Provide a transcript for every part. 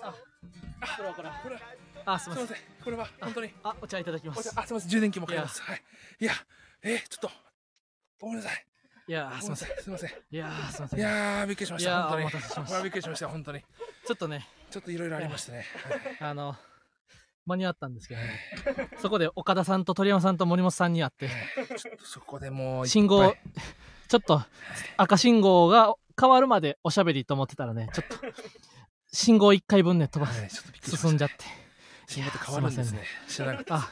あこれはこ 아,れはこれあすすみみまませんせんこれは本当にあお茶いただきまお茶すあすみません充電器も買いますはいいやえー、ちょっとごめんなさいいやーすすみみませませんすみませんんいやーすみませんいやーびっくりしましいやたー本当にお待たせしましたこれはびっくりしました本当にちょっとねちょっといろいろありましてねはいあの間に合ったんですけどねそこで岡田さんと鳥山さんと森本さんに会ってちょっとそこでもういっぱい信号ちょっと赤信号が変わるまでおしゃべりと思ってたらねちょっと信号1回分ね飛ばはいちょっとびっくりしました進んじゃって信号って変わるんですね知らなかったあ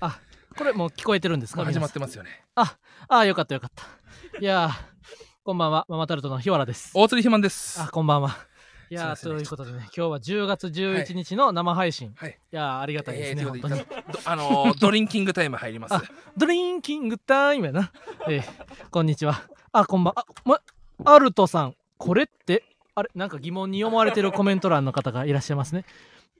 あこれもう聞こえてるんですかもう始ま皆っさんてますよねああよかったよかったいやーこんばんはママタルトの日原です大鶴ひまんですあこんばんはいやーすいまといせんうことでね今日は10月11日の生配信、はいい、やーありがたいですえね、ーと本いう当ことにでどあのードリンキングタイム入りますあドリンキングタイムやな。えーこんにちは。あ、こんばんは。あ、ま、アルトさん、これって、あれ、なんか疑問に思われてるコメント欄の方がいらっしゃいますね。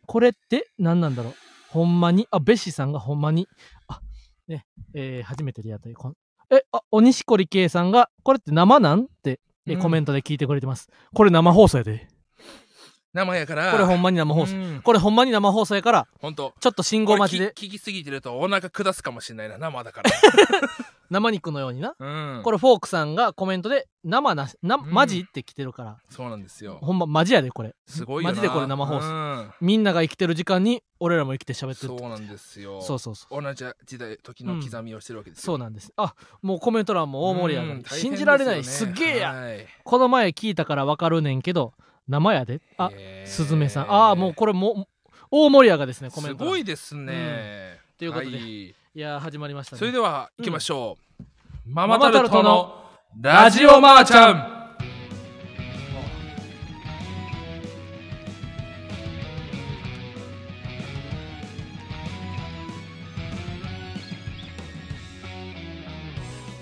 これって何なんだろうほんまにあ、ベッシーさんがほんまに。あ、ね、えー初めてでやったこんえ、あ、おにしこりけいさんが、これって生なんって、えーうんコメントで聞いてくれてます。これ生放送やで。生やからこれほんまに生放送。うんこれほんまに生放送やから、本当ちょっと信号待ちで聞聞きすぎてるとお腹下すかもしれないな生だから生肉のようにな。うんこれフォークさんがコメントで生なしな、んマジって来てるからそうなんですよほんまマジやでこれすごいよマなジでこれ生放送送みんなが生きてる時間に俺らも生きて喋ってるそうなんですよそうそうそう同じ時代時の刻みをしてるわけですそうよなんですあもうコメント欄も大盛り上がうんり大変ですよね信じられないすげえやはいこの前聞いたからわかるねんけど生やであへーすずめさんああもうこれも大盛り上がりですねコメすントご欄いですねということではいいやー始まりましたねそれでは行きましょうマママタタルルトトののラジオマーちゃん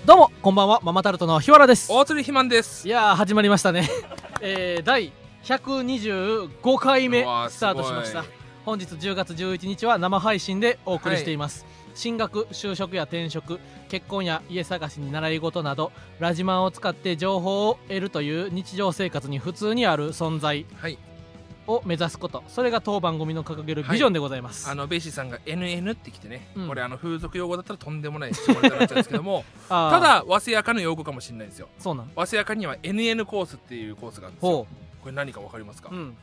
どうもこんばんはママタルトの日原です大鶴ひまんですいやー始まりましたね えー、第125回目うわースタートしましたすごい本日10月11日は生配信でお送りしています、進学就職や転職結婚や家探しに習い事などラジマンを使って情報を得るという日常生活に普通にある存在はいを目指すことそれが当番組の掲げるビジョンでございます、あのベイシーさんが NN ってきてね、うんこれあの風俗用語だったらとんでもない下ネタになっちゃうんですけども あーただ早やかの用語かもしれないんですよそうなん早やかには NN コースっていうコースがあるんですよほこれ何かわかりますか、ううん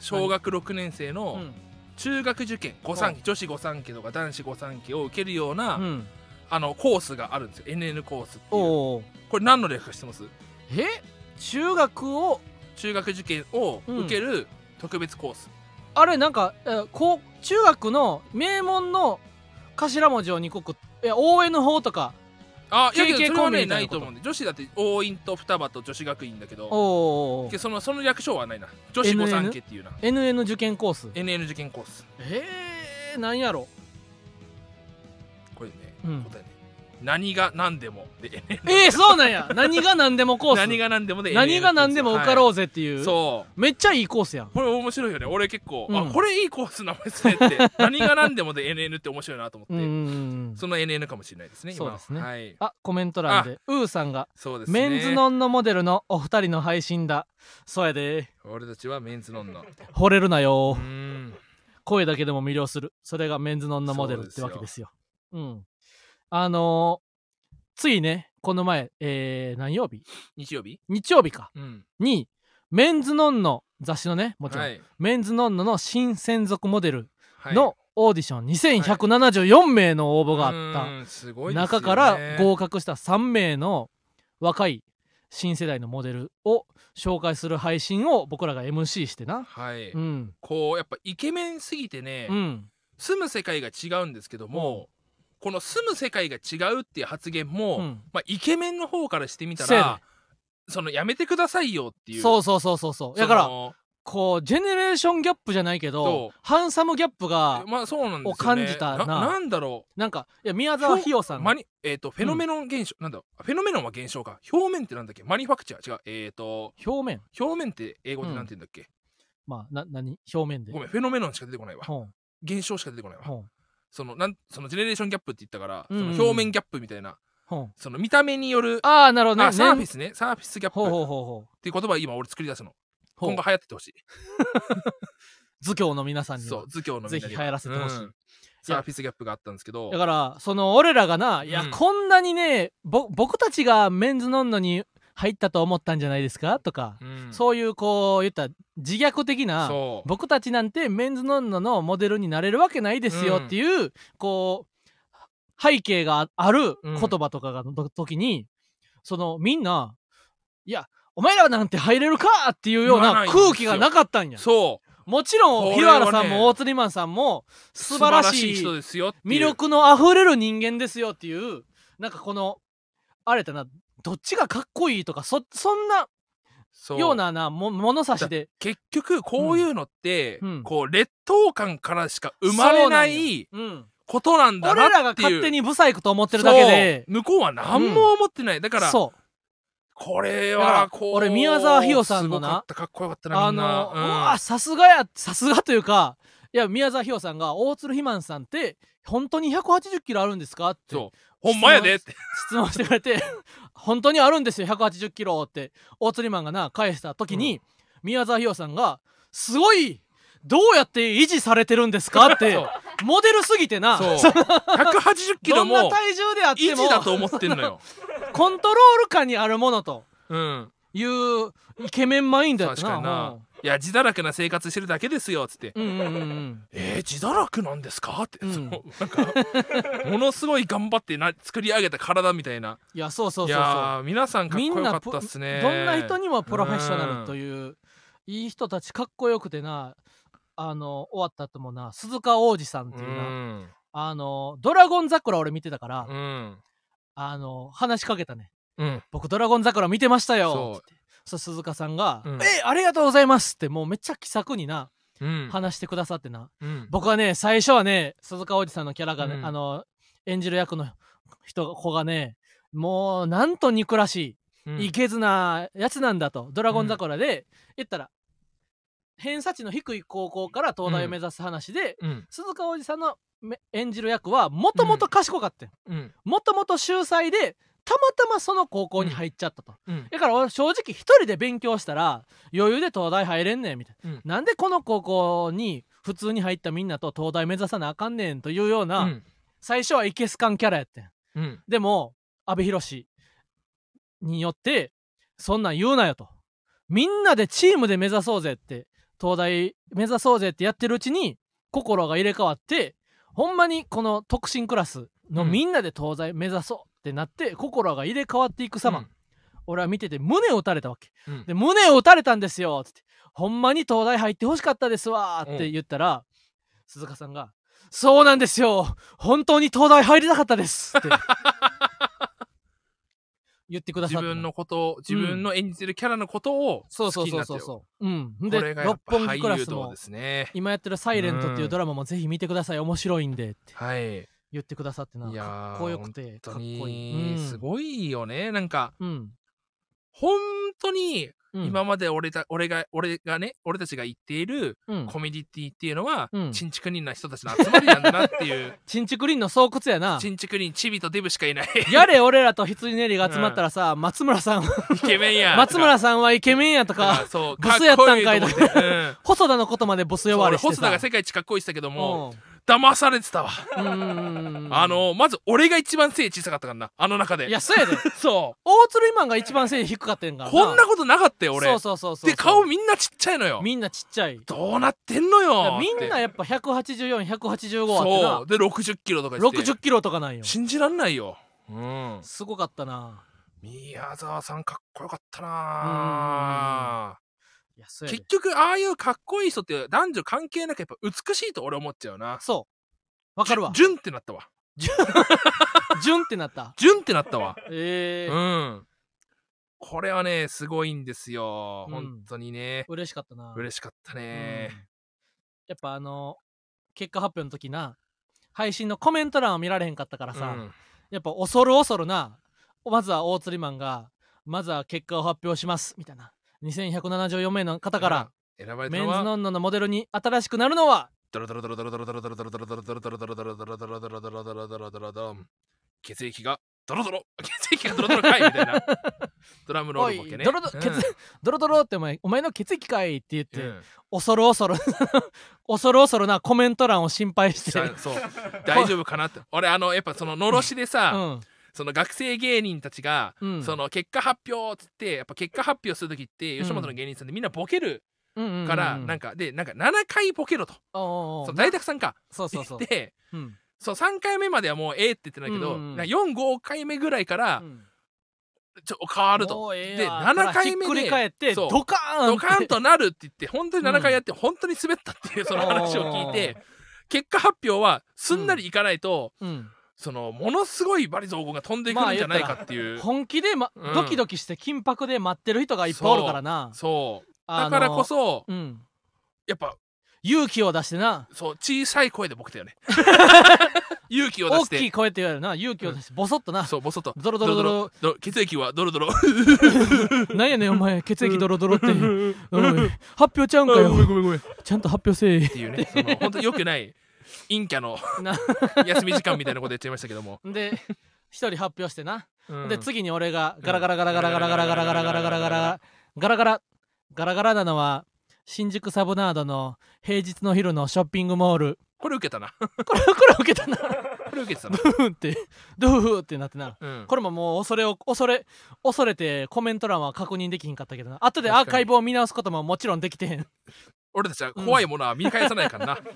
小学6年生うのん中学受験御三家女子御三家とか男子御三家を受けるような、うんあのコースがあるんですよ NN コースっていうおおこれ何の略か知ってますえ中学を中学受験を受ける特別コース、あれなんか、えーこう中学の名門の頭文字を2個くいや応援の方とかあいや KK けどそれはコンビねみたないないことと思うんで女子だって応印と双葉と女子学院だけどおおけどそのその略称はないな女子御三家っていうな NN 受験コース NN 受験コースえー、何やろこれね、うん答えね何が何でもで NN えー、そうなんや何が何でも コース何が何でもで NN 何が何でも受かろううぜっていう、そうめっちゃいいコースやんこれ面白いよね俺結構、うんあこれいいコース名前ですねって何が何でもで NN って面白いなと思って、うんうんうんその NN かもしれないですね今そうですねはいあコメント欄でウーさんが、そうですねメンズノンのモデルのお二人の配信だそうやで俺たちはメンズノンの惚れるなうよん声だけでも魅了するそれがメンズノンのモデルってわけですよ。うん、あのーついねこの前、えー何曜日日曜日日曜日かうんにメンズノンの雑誌のねもちろん、はいメンズノンノの新専属モデルはいのオーディション2174名の応募があっうんすた、ごいですよね中から合格した3名の若い新世代のモデルを紹介する配信を僕らが MC してな。はい、うん、こうやっぱイケメンすぎてね、うん、住む世界が違うんですけども、この住む世界が違うっていう発言も、うんまあ、イケメンの方からしてみたそうやらそのやめてくださいよっていうそううそうそうそうそうだからそこうジェネレーションギャップじゃないけどそハンサムギャップがのまあそうなんですよ、ね、を感じたななんだろなんかいや宮う沢ひよさんマニえっ、とフェノメノン現象、なんだろうフェノメノンは現象か表面ってなんだっけマニファクチャー違うえっ、と表面表面って英語でなんて言うんだっけ、まあな何表面でごめんフェノメノンしか出てこないわほん現象しか出てこないわほんそのなんそのジェネレーションギャップって言ったから、うんうんうんその表面ギャップみたいなほんその見た目によるあ、ああなるほどねサーフねェスねサーフェスギャップほうっほうほうほうていう言葉を今俺作り出すのほ今う後流行っててほしい図教の皆さんにはそう、図教のみんなにぜはひ流行らせてほしいうんサーフィスギャップがあったんですけどだ、からその俺らがないや、うんこんなにねぼ僕たちがメンズノンノに入ったと思ったんじゃないですかとか、うんそういうこう言ったら自虐的なそう僕たちなんてメンズノンノのモデルになれるわけないですようんっていう、こう背景があるう言ん葉とかがの時に、そのみんないやお前らなんて入れるかっていうよう言わなないんですよ空気がなかったんや。そうもちろん、こ平れはね原さんも大釣りマンさんも素晴らしい人ですよっていう魅力のあふれる人間ですよっていうなんかこのあれだなどっちがかっこいいとかそそんなそようななも物差しで結局こういうのって、うんこう劣等感からしか生まれなそういなんようんことなんだ俺らながっていう勝手にブサイクと思ってるだけでそう向こうは何も思ってない、だからそうこれだからはこう俺宮沢ひよさんのなすごかったかっこよかったなあみんのなうわさすがやさすがというかいや宮沢ひよさんが大鶴ひまんさんって本当に180キロあるんですかってそうほんまやでって質問してくれて 本当にあるんですよ180キロって大釣りマンがな返した時に、宮沢ひよさんが「すごいどうやって維持されてるんですか?」ってそうモデルすぎてなそうその180キどロんなも体重であっ維ても持だと思ってんのよ、コントロール下にあるものとうん、いうイケメンマインドやった確なかにないや自堕落な生活してるだけですよっつってうんうんうんうんえー、自堕落なんですかって、うんそのなんかものすごい頑張ってな作り上げた体みたいないやそうそうそうやそー皆さんうかっこみんよかなっプたっすねどんな人にもプロフェッショナルといういい人たちかっこよくてなあの終わった後もな鈴鹿央士さんっていううな、んあの、ドラゴン桜俺見てたから、うんあの、話しかけたね。うん僕ドラゴン桜見てましたそようってそう鈴鹿さんが、うんえ、ありがとうございますって、もうめっちゃ気さくにな、うん話してくださってな。うん僕はね、最初はね、鈴鹿おじさんのキャラがね、うんあの、演じる役の人が、子がね、もう、なんと憎らしい。うんいけずなやつなんだと、ドラゴン桜で、言ったら、偏差値の低い高校から東大を目指す話で、うん鈴鹿おじさんのめ演じる役は、もともと賢かったようんもともと秀才で、たまたまその高校に入っちゃったと。うんだから俺正直一人で勉強したら余裕で東大入れんねんみたいな、うんなんでこの高校に普通に入ったみんなと東大目指さなあかんねんというような、うん最初はいけすかんキャラやってんうんでも阿部寛によってそんなん言うなよとみんなでチームで目指そうぜって東大目指そうぜってやってるうちに心が入れ替わってほんまにこの特進クラスのみんなで東大目指そうってなって、心が入れ替わっていく様、俺は見てて胸を打たれたわけうんで胸を打たれたんですよつってほんまに東大入ってほしかったですわーって言ったら、鈴鹿さんがそうなんですよ本当に東大入りたかったですって 言ってくださ自って分のことを自分の演じてるキャラのことをそう好そうきにそなうってそうよこそううんでれがや六っぱ本木クラ俳優ス道もですね今やってる「サイレントっていうドラマもぜひ見てください面白いんでってはいい言ってくださってなやーかっこよくてかっ本当こいい、うにん、すごいよねなんかうん、本当にうん、今まで俺た俺が俺がね俺たちが言っているうんコミュニティっていうのは、うんちんちくりんな人たちの集まりなんだなっ ていう、ちんちくりんの巣窟やなちんちくりん、チビとデブしかい ない、やれ俺らと羊ねりが集まったらさ、松村さんイケメンや。松村さんはイケメンやととか、かか、そう、ブスやったんかいと思ってうん細田のこと までボスそう呼ば俺れして細さ田が世界一かっこいいって言ってたけども、うん騙されてたわ。うんあの、まず俺が一番背小さかったからな、あの中で。いやそうやで そ大鶴ひまんが一番背低かったんかう。らこんなことなかったよ、俺。そうそうそうそうで、顔みんなちっちゃいのよ。みんなちっちゃいどうなってんのだかよら。みんなってやっぱ184185あそっう。で、60キロとかて言なって60キロとかなんよ信じらんないよ。うん。すごかったな宮沢さんかっこよかったなあいやそうやで結局ああいうかっこいい人って男女関係なくやっぱ美しいと俺思っちゃうなそうわかるわじゅ純ってなったわ順ってなった純ってなったわえうーんこれはねすごいんですよ、うん本当にね嬉しかったな嬉しかったうんね、やっぱあの結果発表の時な配信のコメント欄を見られへんかったからうん、さ、やっぱ恐る恐るなまずは大釣りマンがまずは結果を発表しますみたいな2174名の方から選ばれたメンのズノはンノのモデルに新しくなるのはドロドロドロドロドロドロドロドロドロドロドロドロドロドロドロドロドロドロドロドロドロドロ血液がドロドロ血液がドロドロかいみたいなドラムロールボケねドロドロ、うんケツドロドロってお前お前の血液かいって言って、うん恐る恐る 恐る恐るなコメント欄を心配してさそう大丈夫かなって俺あのやっぱそののろしでさ、うんその学生芸人たちが、うんその結果発表っつってやっぱ結果発表する時って吉本の芸人さんでみんなボケるうんうんうんから、なんかかでなんか7回ボケろとおうおうおうその大沢さんかそうそう そう、でうんそう3回目まではもうええって言ってないけうんど、うんうんなんか45回目ぐらいからうんちょ変わると、もうええでわ7回目でひっくり返ってそうドカーンドカーンっとなるって言って本当に7回やって本当に滑ったっていうその話を聞いて結果発表はすんなりいかないと、て、うんそのものすごい罵詈雑言が飛んでくるんじゃないかっていう、本気で、まうんドキドキして緊迫で待ってる人がいっぱいおるからなそうあだのからこそうん、やっぱ勇気を出してなそう小さい声でボケたよ ね勇気を出大しきてい声って言われるな勇気を出してボソッとな、そうボソッとドロドロドロドロ血液はドロドロなんやねんお前血液ドロドロって、うおいん発表ちゃうんかよ ごめんごめんごめんっちゃんと発表せえていうねその本当に良くない陰キャのな休み時間みたいなことやっちゃいましたけども、で一人発表してな、うんで次に俺がガラガラガラガラガラガラガラガラガラガラガラガラガラガラガラなのは新宿サブナードの平日の昼のショッピングモールこれ受けたな ここれこれ受けたなれ受けてたな、ドゥーンってドゥーンってなってなうん、これももう恐れを恐れ恐れてコメント欄は確認できひんかったけどな後でアーカイブを見直すことももちろんできてへん俺たちは怖いものは見返さないからな。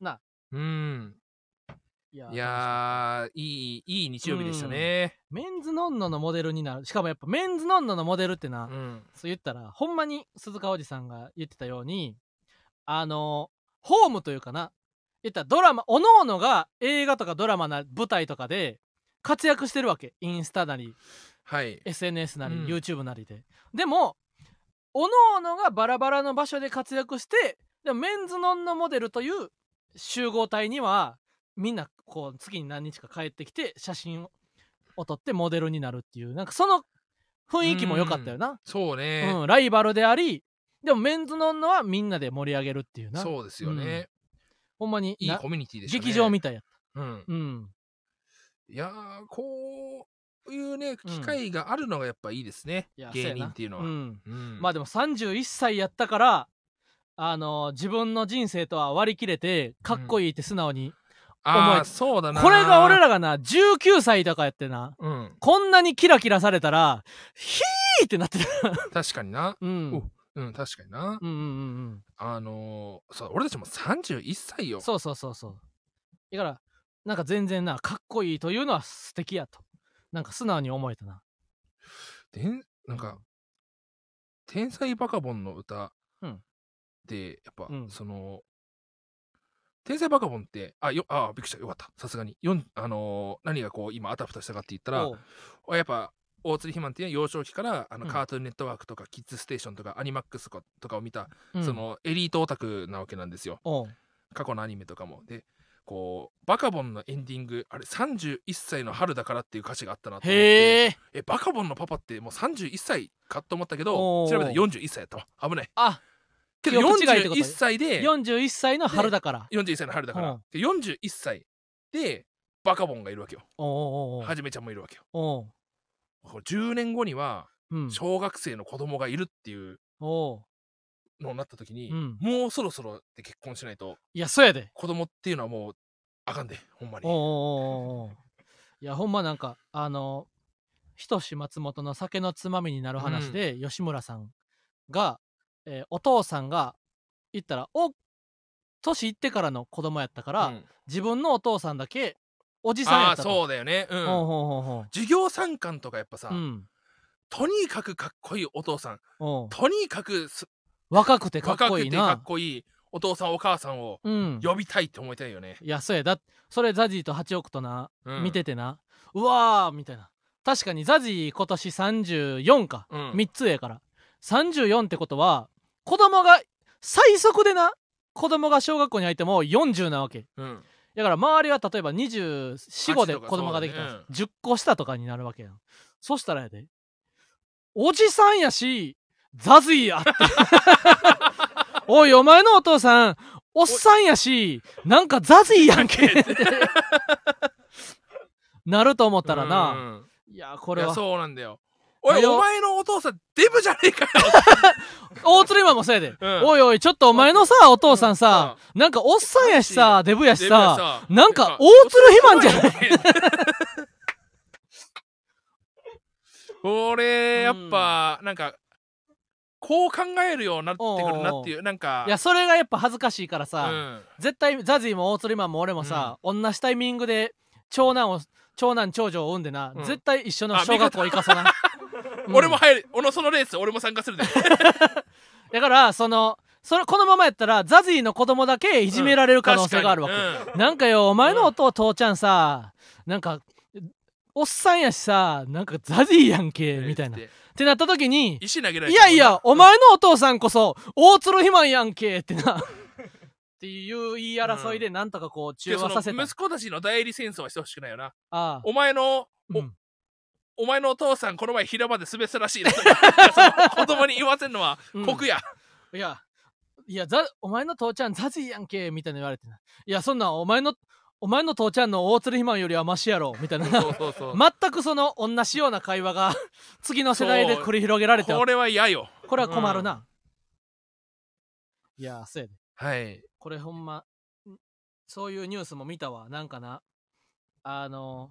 な。うん。いやいやー、いい、いい日曜日でしたね。メンズノンノのモデルになるしかもやっぱメンズノンノのモデルってな、うん。そう言ったらほんまに鈴鹿おじさんが言ってたようにあのホームというかな言ったらドラマおのおのが映画とかドラマな舞台とかで活躍してるわけインスタなりはい。 SNS なり、うん YouTube なりででもおのおのがバラバラの場所で活躍してでもメンズノンノモデルという集合体にはみんなこう月に何日か帰ってきて写真を撮ってモデルになるっていうなんかその雰囲気も良かったよな、そうね。うん、ライバルでありでもメンズノンノはみんなで盛り上げるっていうなそうですよね。ほんまにいいなコミュニティでしたね。劇場みたいやうん。うんいやー、こういうね、機会があるのがやっぱいいですねいや。芸人っていうのそやなは。んうんまあでも31歳やったから、あの自分の人生とは割り切れてかっこいいって素直に、おあ前ー、そうだな。これが俺。らがな19歳とかやってなうん。こんなにキラキラされたらヒーってな ってた、確かにな。うん、うんおうん、確かにな。うんうんあのー、そう、俺たちも31歳うんよ。そうそうそうそうだからなんか全然なかっこいいというのは素敵やとなんか素直に思えたなでんなんか「天才バカボン」の歌うんでやっぱ、うんその「天才バカボン」ってあよあびっくりしたよかったさすがによん、あのー何がこう今あたふたしたかって言ったらおうやっぱ大鶴ひまんっていうのは幼少期からあの、うんカートゥーンネットワークとかキッズステーションとかアニマックスとかを見た、うんそのエリートオタクなわけなんですよおう過去のアニメとかも。でこうバカボンのエンディングあれ31歳の春だからっていう歌詞があったなと思ってへええバカボンのパパってもう31歳かと思ったけおどー調べたら41歳やったわ危ないあけど記憶違いってこと41歳で41歳の春だから41歳の春だから、うんで41歳でバカボンがいるわけよおうおうおうはじめちゃんもいるわけよおうこれ10年後にはうん小学生の子供がいるっていうおうのになった時に、うんもうそろそろで結婚しないといやそうやで子供っていうのはもうあかんでほんまにおうおうおうおういやほんまなんかあの仁志松本の酒のつまみになる話で、吉村さんが、えーお父さんが言ったらお年いってからの子供やったから、うん自分のお父さんだけおじさんやあっあたとそうだよねううんほうほうほう授業参観とかやっぱさ、ほううんとにかくかっこいいお父さんおうとにかくす若くてかっ若こくいいてかっなこいいお父さんお母さんをうん呼びたいって思いたいよね、いやそうやだそれザジーと八億とな、うん見ててなうわーみたいな確かにザジー今年34か、うん3つやから34ってことは子供が最速でな子供が小学校に入っても40なわけうんだから周りは例えば245で8とか子供ができたら、そうだね10個下とかになるわけやんそしたらやでおじさんやしザズイやって おいお前のお父さんおっさんやしなんかザズイやんけってなると思ったらうな、んいやこれはいやそうなんだよ俺早っお前のお父さんデブじゃねえかよ大鶴今もそうやで、うんおいおいちょっとお前のさお父さんさ、なんかおっさんやしさデブやしデブやしさ さなんかお大鶴肥満じゃない 俺やっぱなんかこう考えるようになってくるなっていうなんかいやそれがやっぱ恥ずかしいからうさ、ん絶対ザジーも大鶴マンも俺もさ、同じタイミングで長男を長男長女を産んでな、うん絶対一緒のあ小学校行かさな、うん俺も入る俺もそのレース俺も参加するでだからそのそれこのままやったらザジーの子供だけいじめられる 可能性があるわけ、けなんかよお前のお父父ちゃんさなんかおっさんやしさなんかザジーやんけみたいなってなった時に石投げられいてるやいやお前のお父さんこそ大鶴肥満やんけってな っていう言い争いでなんとかこう中和させいた、やその息子たちの代理戦争はしてほしくないよなああお前のうおんお前のお父さんこの前平場で滑った らしいなその子供に言わせるのはうん酷や、いや、いや、ザお前の父ちゃん、ザジーやんけみたいな言われてな。いや、そんなん、お前の、お前の父ちゃんの大鶴肥満よりはマシやろ、みたいな。 そうそうそ う全くその、同じような会話が、次の世代で繰り広げられてはこれは嫌よこれは困るな。いや、そうやで。はいこれほんま、んそういうニュースも見たわ。なんかな、あの、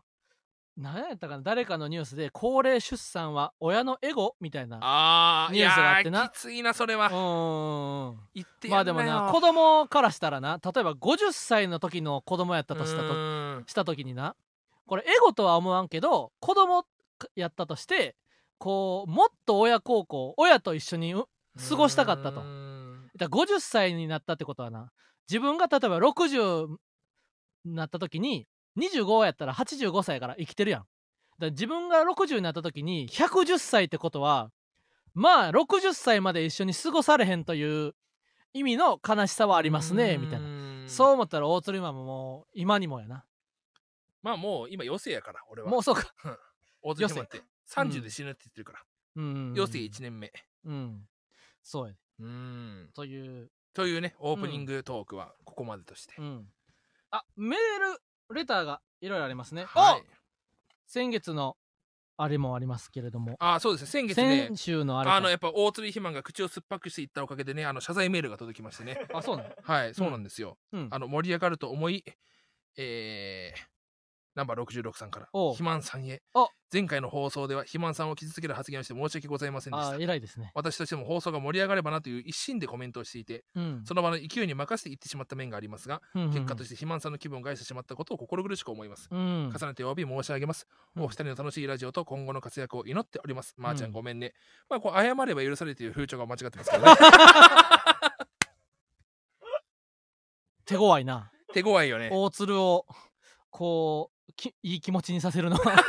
何やったかな誰かのニュースで、高齢出産は親のエゴみたいな。あーニュースがあってないやーきついなそれうはーん。言ってまやあんなでよもな子供からしたらな例えば50歳の時の子供やったとしたうとーんした時になこれエゴとは思わんけど子供やったとしてこうもっと親孝行親と一緒にう過ごしたかったとうーんだから50歳になったってことはな自分が例えば60になった時に25やったら85歳から生きてるやんだから自分が60になった時に110歳ってことはまあ60歳まで一緒に過ごされへんという意味の悲しさはありますねみたいななそうう思ったら大鶴マンももう今にもやなまあもう今余生やから俺はもうそうか大津にって30で死ぬって言ってるから、うん余生1年目うんそうやうーんというというねオープニングトークはここまでとして、うんあメールレターがいろいろありますね、はおい先月のあれもありますけれどもあーそうですね先月ね先週のあれかあのやっぱ大釣り肥満が口を酸っぱくしていったおかげでねあの謝罪メールが届きまし てねあそうなのはいそうなんですよ、うんあの盛り上がると思いえーナンバー66さんからおう肥満さんへお前回の放送では肥満さんを傷つける発言をして申し訳ございませんでしあた偉いですね私としても放送が盛り上がればなという一心でコメントをしていてうんその場の勢いに任せて言ってしまった面がありますが結果としてて肥満さんの気分を害してしまったことを心苦しく思いますうん重ねてお詫び申し上げます。うんお二人の楽しいラジオと今後の活躍を祈っております。まー、ちゃうんんごめんね。まあこう謝れば許されるという風潮が間違ってます けどね。手強いな手強いよね。大鶴をこうきいい気持ちにさせるの は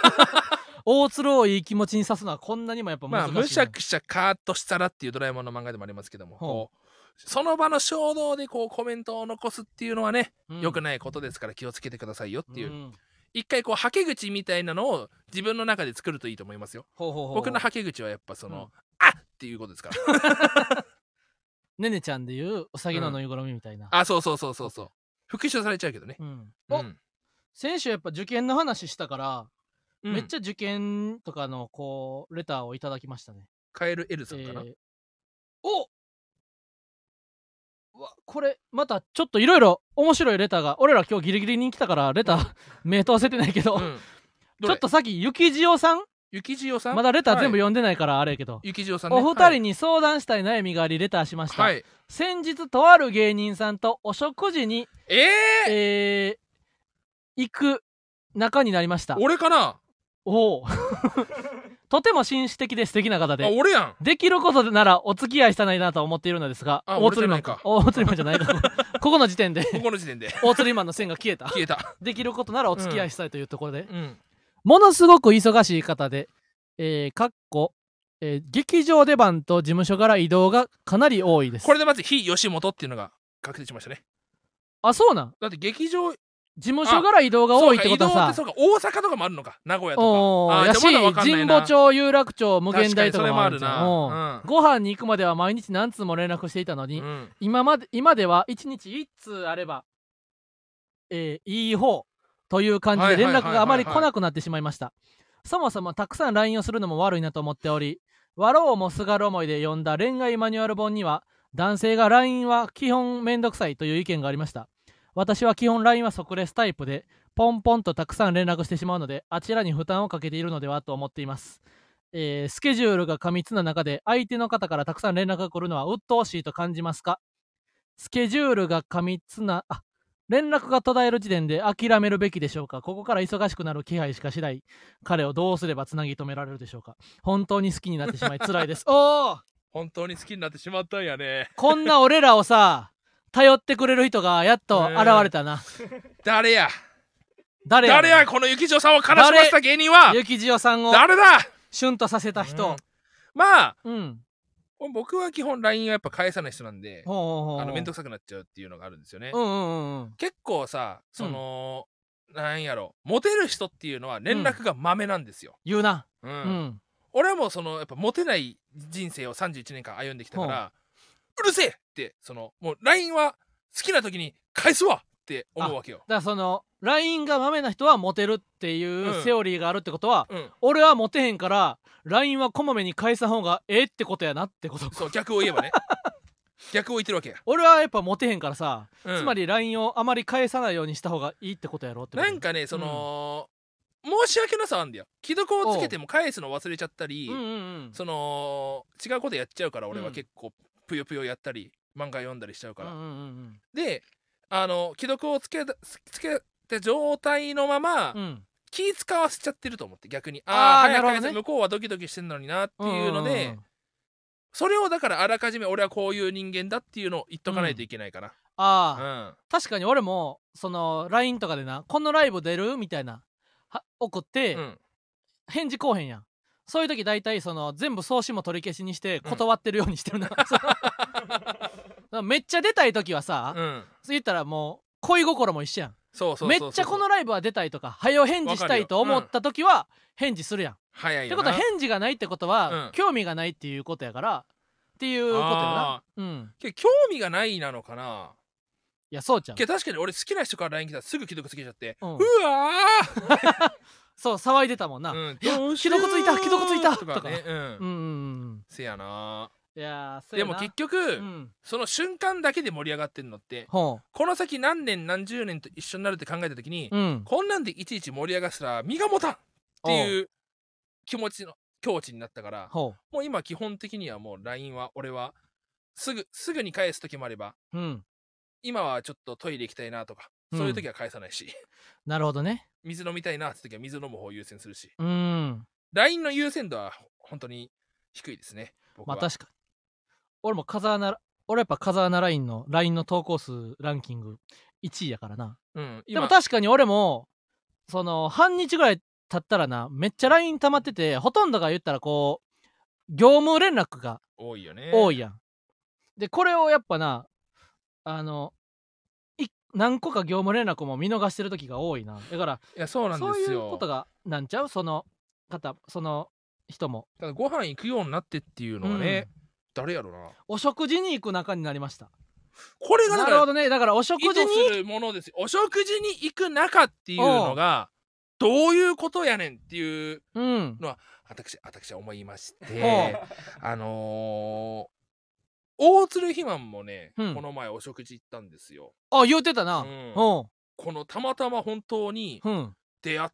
大鶴をいい気持ちにさすのはこんなにもやっぱま難あしいな、むしゃくしゃカーッとしたらっていうドラえもんの漫画でもありますけども、ほうこうその場の衝動でこうコメントを残すっていうのはね、うん良くないことですから気をつけてくださいよっていう。ん一回こうはけ口みたいなのを自分の中で作るといいと思いますよ。ほうほうほう僕のはけ口はやっぱその、うんあっっていうことですから。ねねちゃんでいううさぎのぬいぐるみみたいな、あ、そうそうそうそうそう。復習されちゃうけどね。うんお、うん先週やっぱ受験の話したから、めっゃちゃ受験とかのこうレターをいただきましたねカエルエルさんかな、えーおうわこれまたちょっといろいろ面白いレターが俺ら今日ギリギリに来たからレター 目通せてないけど、うんちょっとさっきゆきじおさんゆきじおさんまだレター全部はい読んでないからあれやけど、ゆきじおさん、ね、お二人に相談したい悩みがありレターしました、はい、はい、先日とある芸人さんとお食事に、えー、えー行く仲になりました俺かなおお とても紳士的で素敵な方であ俺やんできることならお付き合いしたいなと思っているのですが、あ大釣りマン俺じゃないかお大釣りマンじゃない か。ここの時点で、 ここの時点で大釣りマンの線が消えた。消えたできることならお付き合いしたいというところで、うんものすごく忙しい方で、えー、かっこ、えー劇場出番と事務所から移動がかなり多いです。これでまず非吉本っていうのが確定しましたねあ、そうなん。だって劇場事務所から移動がそ多いうっかてこと移動っはてさ、そうか大阪とかもあるのか名古屋とかおーあーやじし、ゃあまだわかんない神な保町、有楽町、無限大と確かにそかれももああるるなじゃん。うんご飯に行くまでは毎日何通も連絡していたのに、うん今まで今では1日1通あれば、えーいい方という感じはでいはい連はいはい絡があまり来なくなってしまいました。そもそもたくさん LINE をするのも悪いなと思っており、笑おうもすがる思いで読んだ恋愛マニュアル本には、男性が LINE は基本めんどくさいという意見がありました。私は基本 LINE は即レスタイプで、ポンポンとたくさん連絡してしまうので、あちらに負担をかけているのではと思っています。えースケジュールが過密な中で、相手の方からたくさん連絡が来るのは鬱陶しいと感じますかスケジュールが過密な、あ、連絡が途絶える時点で諦めるべきでしょうかここから忙しくなる気配しかしない彼をどうすればつなぎ止められるでしょうか本当に好きになってしまい辛い です。おお本当に好きになってしまったんやね。こんな俺らをさ、頼ってくれる人がやっと現れたな。誰や誰や誰やこの雪女さんを悲しませた芸人はゆきじおさんを誰だシュンとさせた人。まあ、うん。僕は基本 LINE はやっぱ返さない人なんで、ほうほうほう。あの、めんどくさくなっちゃうっていうのがあるんですよね。うんうんうんうん。結構さ、その、なんやろ、モテる人っていうのは連絡がまめなんですよ。言うな。う。うんん。俺はもうその、やっぱモテない人生を31年間歩んできたから、うるせえって、その、もう LINE は好きな時に返すわって思うわけよ。だからその、LINE がマメな人はモテるっていううんセオリーがあるってことは、うん。俺はモテへんから LINE はこまめに返さん方がええってことやなってことそう、逆を言え ばね。逆を言ってるわけや。俺はやっぱモテへんからさ、うんつまり LINE をあまり返さないようにした方がいいってことやろってことなんかねその、申し訳なさはあんだよ既読をつけても返すの忘れちゃったり、うんうんうんその違うことやっちゃうから俺うはん結構ぷよぷよやったり漫画読んだりしちゃうから、うんうんうんであの既読をつけたつつけた状態のまま、うんうん気使わせちゃってると思って逆にあーああなる早ほくどね返せ、向こうはドキドキしてんのになっていうのんで、んんそれをだからあらかじめ俺はこういう人間だっていうのを言っとかないといけないかな、あうんあ、確かに俺もその LINE とかでな「このライブ出る?」みたいなは送って、うん返事こうへんやんそういう時大体その全部送信も取り消しにしてうん断ってるようにしてる な、そう めっちゃ出たい時はさ、うん言ったらもう恋心も一緒やんそうそうそうそうめっちゃこのライブは出たいとか早う返事したいと思った時は返事するやん。早いってよこなとは返事がないってことは、うん興味がないっていうことやからっていうことやなあ。うん、けど興味がないなのかないやそうちゃんけど確かに俺好きな人から LINE 来たらすぐ既読つけちゃって、ううんわそう騒いでたもんな。ー、うん、いやどうしよう既読ついた既読ついたとかね、うんうんうんうんせやなうん、いやーそうでやなも結局、うん、その瞬間だけで盛り上がってんのってほこの先何年何十年と一緒になるって考えた時に、う、うん、こんなんでいちいち盛り上がすら身が持たんってういう気持ちの境地になったからほもう今基本的にはもう LINE は俺はすぐすぐに返す時もあればう、うん、今はちょっとトイレ行きたいなとかうんそういう時は返さないし、 なるほどね。水飲みたいなって時は水飲む方を優先するしうん、 LINE の優先度は本当に低いですね僕まは、あ確かに。俺も風穴俺やっぱ風穴ラインの LINE の投稿数ランキング1位やからな。うん、で今も確かに俺もその半日ぐらい経ったらなめっちゃ LINE 溜まっててほとんどが言ったらこう業務連絡が多いよね多いいやん。でこれをやっぱなあのい何個か業務連絡も見逃してる時が多いなだからやそうなんですそよういうことがなんちゃうその方その人も、ただご飯行くようになってっていうのはね、誰やろなお食事に行く仲になりましたこれがだなかるほらどねだからお食意図事にするものですよお食事に行く中っていうのがどういうことやねんっていううん私私は思いましほてあのー大鶴ひまんもね、うんこの前お食事行ったんですよあ言うてたなううんんおこのたまたま本当にううん出会っ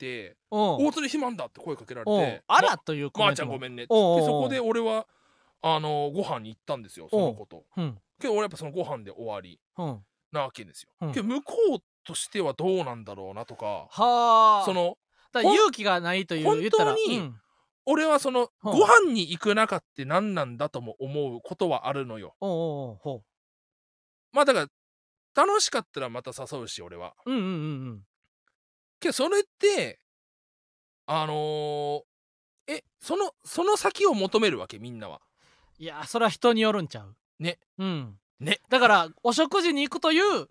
て、おう大鶴ひまんだって声かけられおてう、あまらというコまメーンちトゃんもごめんねっておうおうおうでそこで俺はあのご飯に行ったんですよそのことうんけど俺やっぱそのご飯で終わりうんなわけですよ、うんけど向こうとしてはどうなんだろうなとかはあそのだから勇気がないというほん言ったら本当にうん俺はそのうんご飯に行く中って何なんだとも思うことはあるのよおうおうおうほまあだから楽しかったらまた誘うし俺はううんうんうんうんけどそれってあのーえそのその先を求めるわけみんなはいやそれは人によるんちゃうねうんねだからお食事に行くという、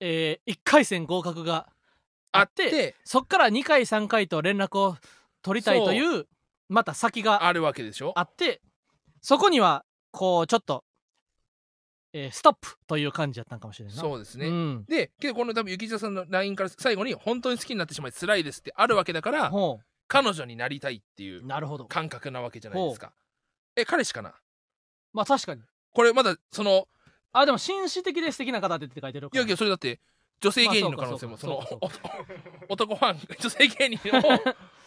えー、1回戦合格がああっっててそっから2回3回と連絡を取りたいというまた先があるわけでしょあってそこにはこうちょっとえーストップという感じやったんかもしれないな。そうですね、うん。でけどこの多分雪下さんの LINE から最後に本当に好きになってしまい辛いですってあるわけだからほ彼女になりたいっていうう。なるほど。感覚なわけじゃないですかえ彼氏かなまあ確かに。これまだそのあ、でも紳士的で素敵な方でって書いてるいやいやそれだって女性芸人の可能性もまあそそうのかそうおお男ファン 女性芸人のフ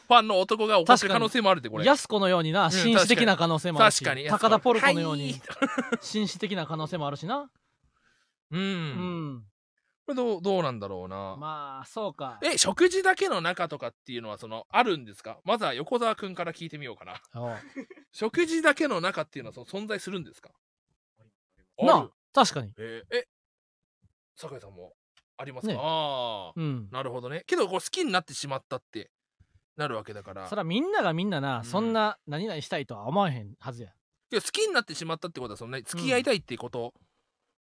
ァンの男が怒ってる可能性もあるってこれ安子のようにな、紳士的な可能性もあるし、確かに高田ポルコのように、はい紳士的な可能性もあるしな。 ううん、ん。これどうどうなんだろうな、まあ、そうか。え食事だけの中とかっていうのはそのあるんですかまずは横澤君から聞いてみようかなおう食事だけの中っていうのはその存在するんですかなあある、確かに。えーえ酒井さんもありますか、ねああうん。なるほどねけどこう好きになってしまったってなるわけだからそらみんながみんなうな、んそんな何々したいとは思わへんはずや。けど好きになってしまったってことはその、ね、付き合いたいってこと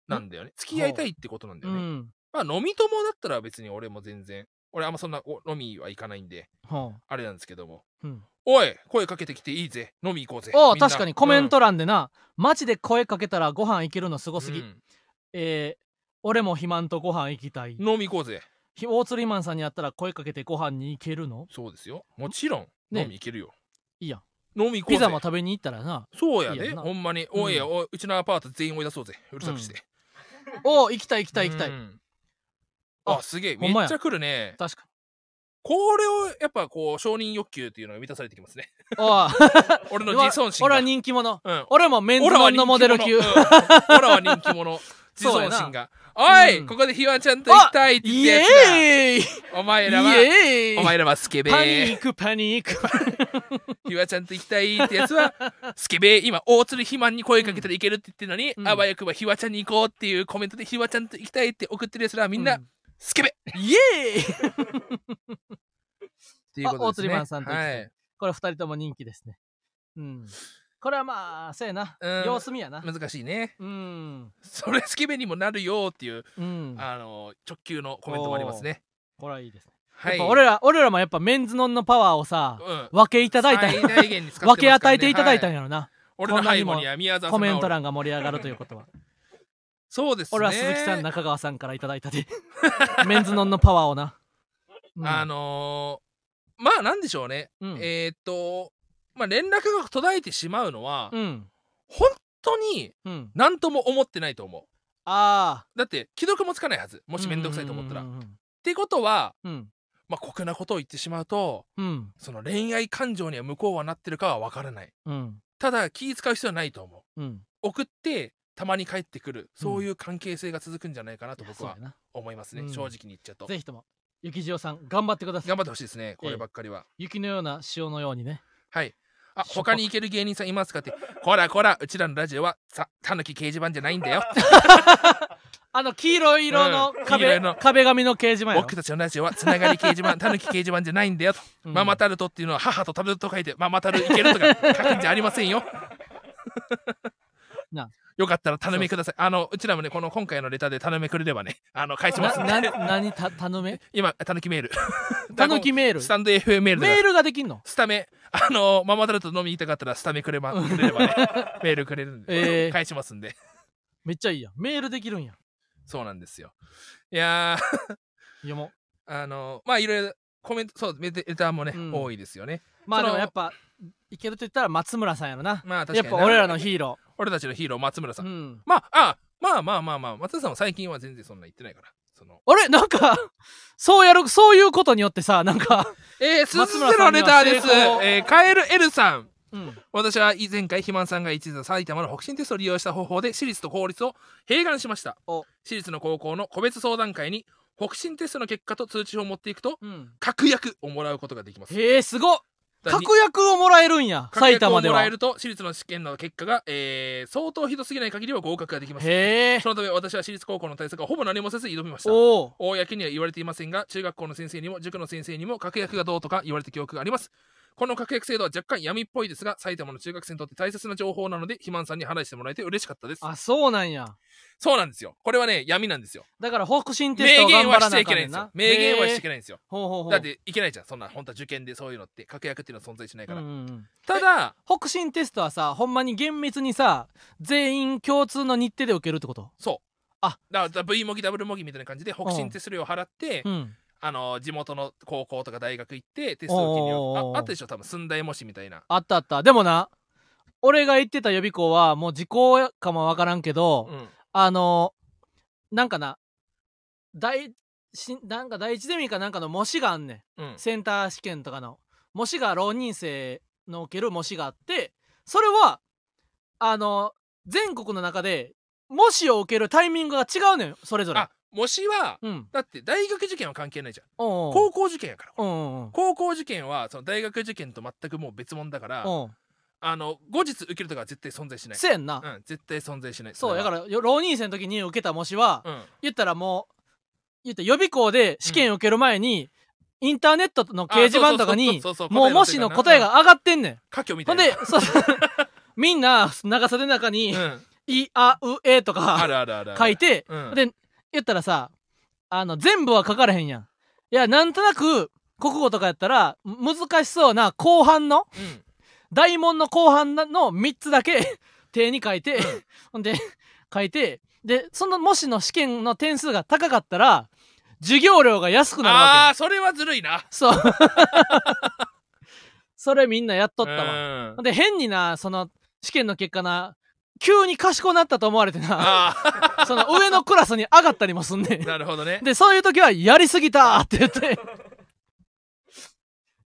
なんだよね、付き合いたいってことなんだうよね、ん。まあ飲み友だったら別に俺も全然俺あんまそんなお飲みは行かないんでほあれなんですけどもう。うん。おい声かけてきていいぜ飲み行こうぜおうみんな確かにコメント欄でな、マジで声かけたらご飯行けるのすごすぎ。うんえー俺も肥満とご飯行きたい。飲み行こうぜひ大釣りマンさんに会ったら声かけてご飯に行けるのそうですよもちろん、ね飲み行けるよいいやん。飲み行こうピぜザも食べに行ったらな、そうやいいでやんなほんまにおいや、うおいうちのアパート全員追い出そうぜうるさくして、おう行きたい行きたい行きたい。うんああすげえほめんまやっちゃ来るね確かこれをやっぱこう承認欲求っていうのが満たされてきますねに。おう 俺の自尊 心俺がは人気者。うん俺もメンズノンのモデル級 オ。ラは人気者。自そうやな尊心が。おい、うんここでひわちゃんと行きたいって言っイたエーやイイつだ。お前らは、エーおイ前らはスケベパニッー。クパニック。ひわちゃんと行きたいってやつ は、スケベー。今、大鶴肥満に声かけたらいけるって言ってるのに、うんあわよくばひわちゃんに行こうっていうコメントでひわちゃんと行きたいって送ってるやつらはみんな、うスケベっイエーイていうことですね。あ大鶴肥満さんと行きはたいい。これ二人とも人気ですね。うん。これはまあ、そうやな。うん様子見やな。難しいね。うん。それスケベにもなるよっていう、うん。あの、直球のコメントもありますね。これはいいですね。はやい。っぱ俺ら、俺らもやっぱメンズノンのパワーをさ、うん。分けいただいたん最や大限に使ってますからね分け与えていただいたんやろな。俺の背後には宮沢さコんがメおるント欄が盛り上がるということは。そうですね俺は鈴木さん、中川さんからいただいたで。 メンズノンのパワーをな。うんあ、のーまあなんでしょうね、うん。えーっとまあ連絡が途絶えてしまうのは、うん。本当にうん。何とも思ってないと思ああ。うだって既読もつかないはずもし面倒くさいと思ったら、うっんてことはうんうんまあ酷なことを言ってしまうとうん。うん。その恋愛感情には向こうはなってるかはわからないうん。ただ気使う必要はないと思ううん。送ってたまに帰ってくるそういう関係性が続くんじゃないかなといや僕そうやはな。思いますね、うん正直に言っちゃうとぜひとも、ゆきじおさん、頑張ってください頑張っ。てほしいですねこればっかりは、雪のような塩のようにね。はい。あ、しょ他に行ける芸人さんいますかって。こらこら、うちらのラジオは、さ、たぬき掲示板じゃないん だよ。あの、黄色い色のうん黄色壁、いの壁紙の掲示板やろ僕たちのラジオは、つながり掲示板、たぬき掲示板じゃないんだよと。うん。ママタルトっていうのは、母とタルトと書いて、ママタルいけるとか書くんじゃありませんよなよかったら頼みください。あの、うちらもね、この今回のレターで頼みくれればね、あの、返しますんで。な、な、何た、頼 め今、たぬきメール。たぬきメールス。タンド FM メールだからメールができんのスタメ、あのママタルト飲みに行きたかったら、スタメくれ,、ま、くれれ ばね、メールくれるんで、えー返しますんで。めっちゃいいやん。メールできるんや。そうなんですよ。いやー、読もあのまあいろいろコメント、そう、メデレターもね、うん多いですよね。う。まあそでのもやっぱ、いけると言ったら松村さんやろな。まあ確やかっにぱな俺らのヒーロ俺たちのヒーロー、松村さー。ん。うん。まあ、あまあまあまあまあ、松村さんは最近は全然そんな言ってないから。そのあれなんか、 そうやる、そういうことによってさ、なんか、えー、鈴松木村ゼさロんにレはターです。成功えー、カエルエルさん。うん。私は以前回、肥満さんが一途埼玉の北進テストを利用した方法で、私立と公立を併願しましたお。私立の高校の個別相談会に、北進テストの結果と通知表を持っていくと、うん。確約をもらうことができます。へえ、すごっだからに確約をもらえるんや、埼玉で確約をもは。らえると私立の試験の結果が、えー相当ひどすぎない限りは合格ができますへえ。そのため私は私立高校の対策はほぼ何もせず挑みましたおお。公には言われていませんが中学校の先生にも塾の先生にも確約がどうとか言われた記憶がありますこの確約制度は若干闇っぽいですが、埼玉の中学生にとって大切な情報なので、肥満さんに話してもらえて嬉しかったです。あ、そうなんや。そうなんですよ。これはね、闇なんですよ。だから、北進テスト明を頑言張はらしちなゃあいかけんなねいんんですよな。。明言はしちゃいない。けないんですよ。ほうほうほう。だっ、ていけないじゃん。そんな、本当は受験でそういうのって、確約っていうのは存在しないかうんら。うんうん。ただ、北進テストはさ、ほんまに厳密にさ、全員共通の日程で受けるってことそう。あだから V 模擬ダブル模擬みたいな感じで北進手数料払って、うん。あの地元の高校とか大学行ってテスト受けにおーおーおよーああったでしょ多分寸大模試みたいな、あったあった。でもな、俺が行ってた予備校は、もう時効やかもわからんけど、うん、あの、なんかな、第、しなんか第一ゼミかなんかの模試があんねん。うん、センター試験とかの模試が浪人生の受ける模試があってそれはあの全国の中で模試を受けるタイミングが違うのよそれぞれあ。模試はうん。だって大学受験は関係ないじゃんおう高校受験やからおううんうん高校受験はその大学受験と全くもう別物だからうん。うん。あの後日受けるとかは絶対存在しないせやんな。うん絶対存在しないそうだかららよ浪人生の時に受けた模試は、うん言ったらもう言ったら予備校で試験を受ける前に、インターネットの掲示板とかにあそうそうそうそうそうもう模試の答えが上がってんねん。佳境みたほいんなでそう みんな長袖の中に「うん、いあうえ」とかあるあるあるある書いて、うんで言ったらさあの全部は書かれへんやんいやなんとなく国語とかやったらむ難しそうな後半のうん大問の後半なの3つだけ 手に書いて、ほんで書いてでその模試の試験の点数が高かったら授業料が安くなるあわあそれはずるいなけそう それみんなやっとったわ、わほんで変になその試験の結果な急に賢くなったと思われて なあその上のクラスに上がったりもすんねんあなるほどねで、そういう時は、やりすぎたって言って、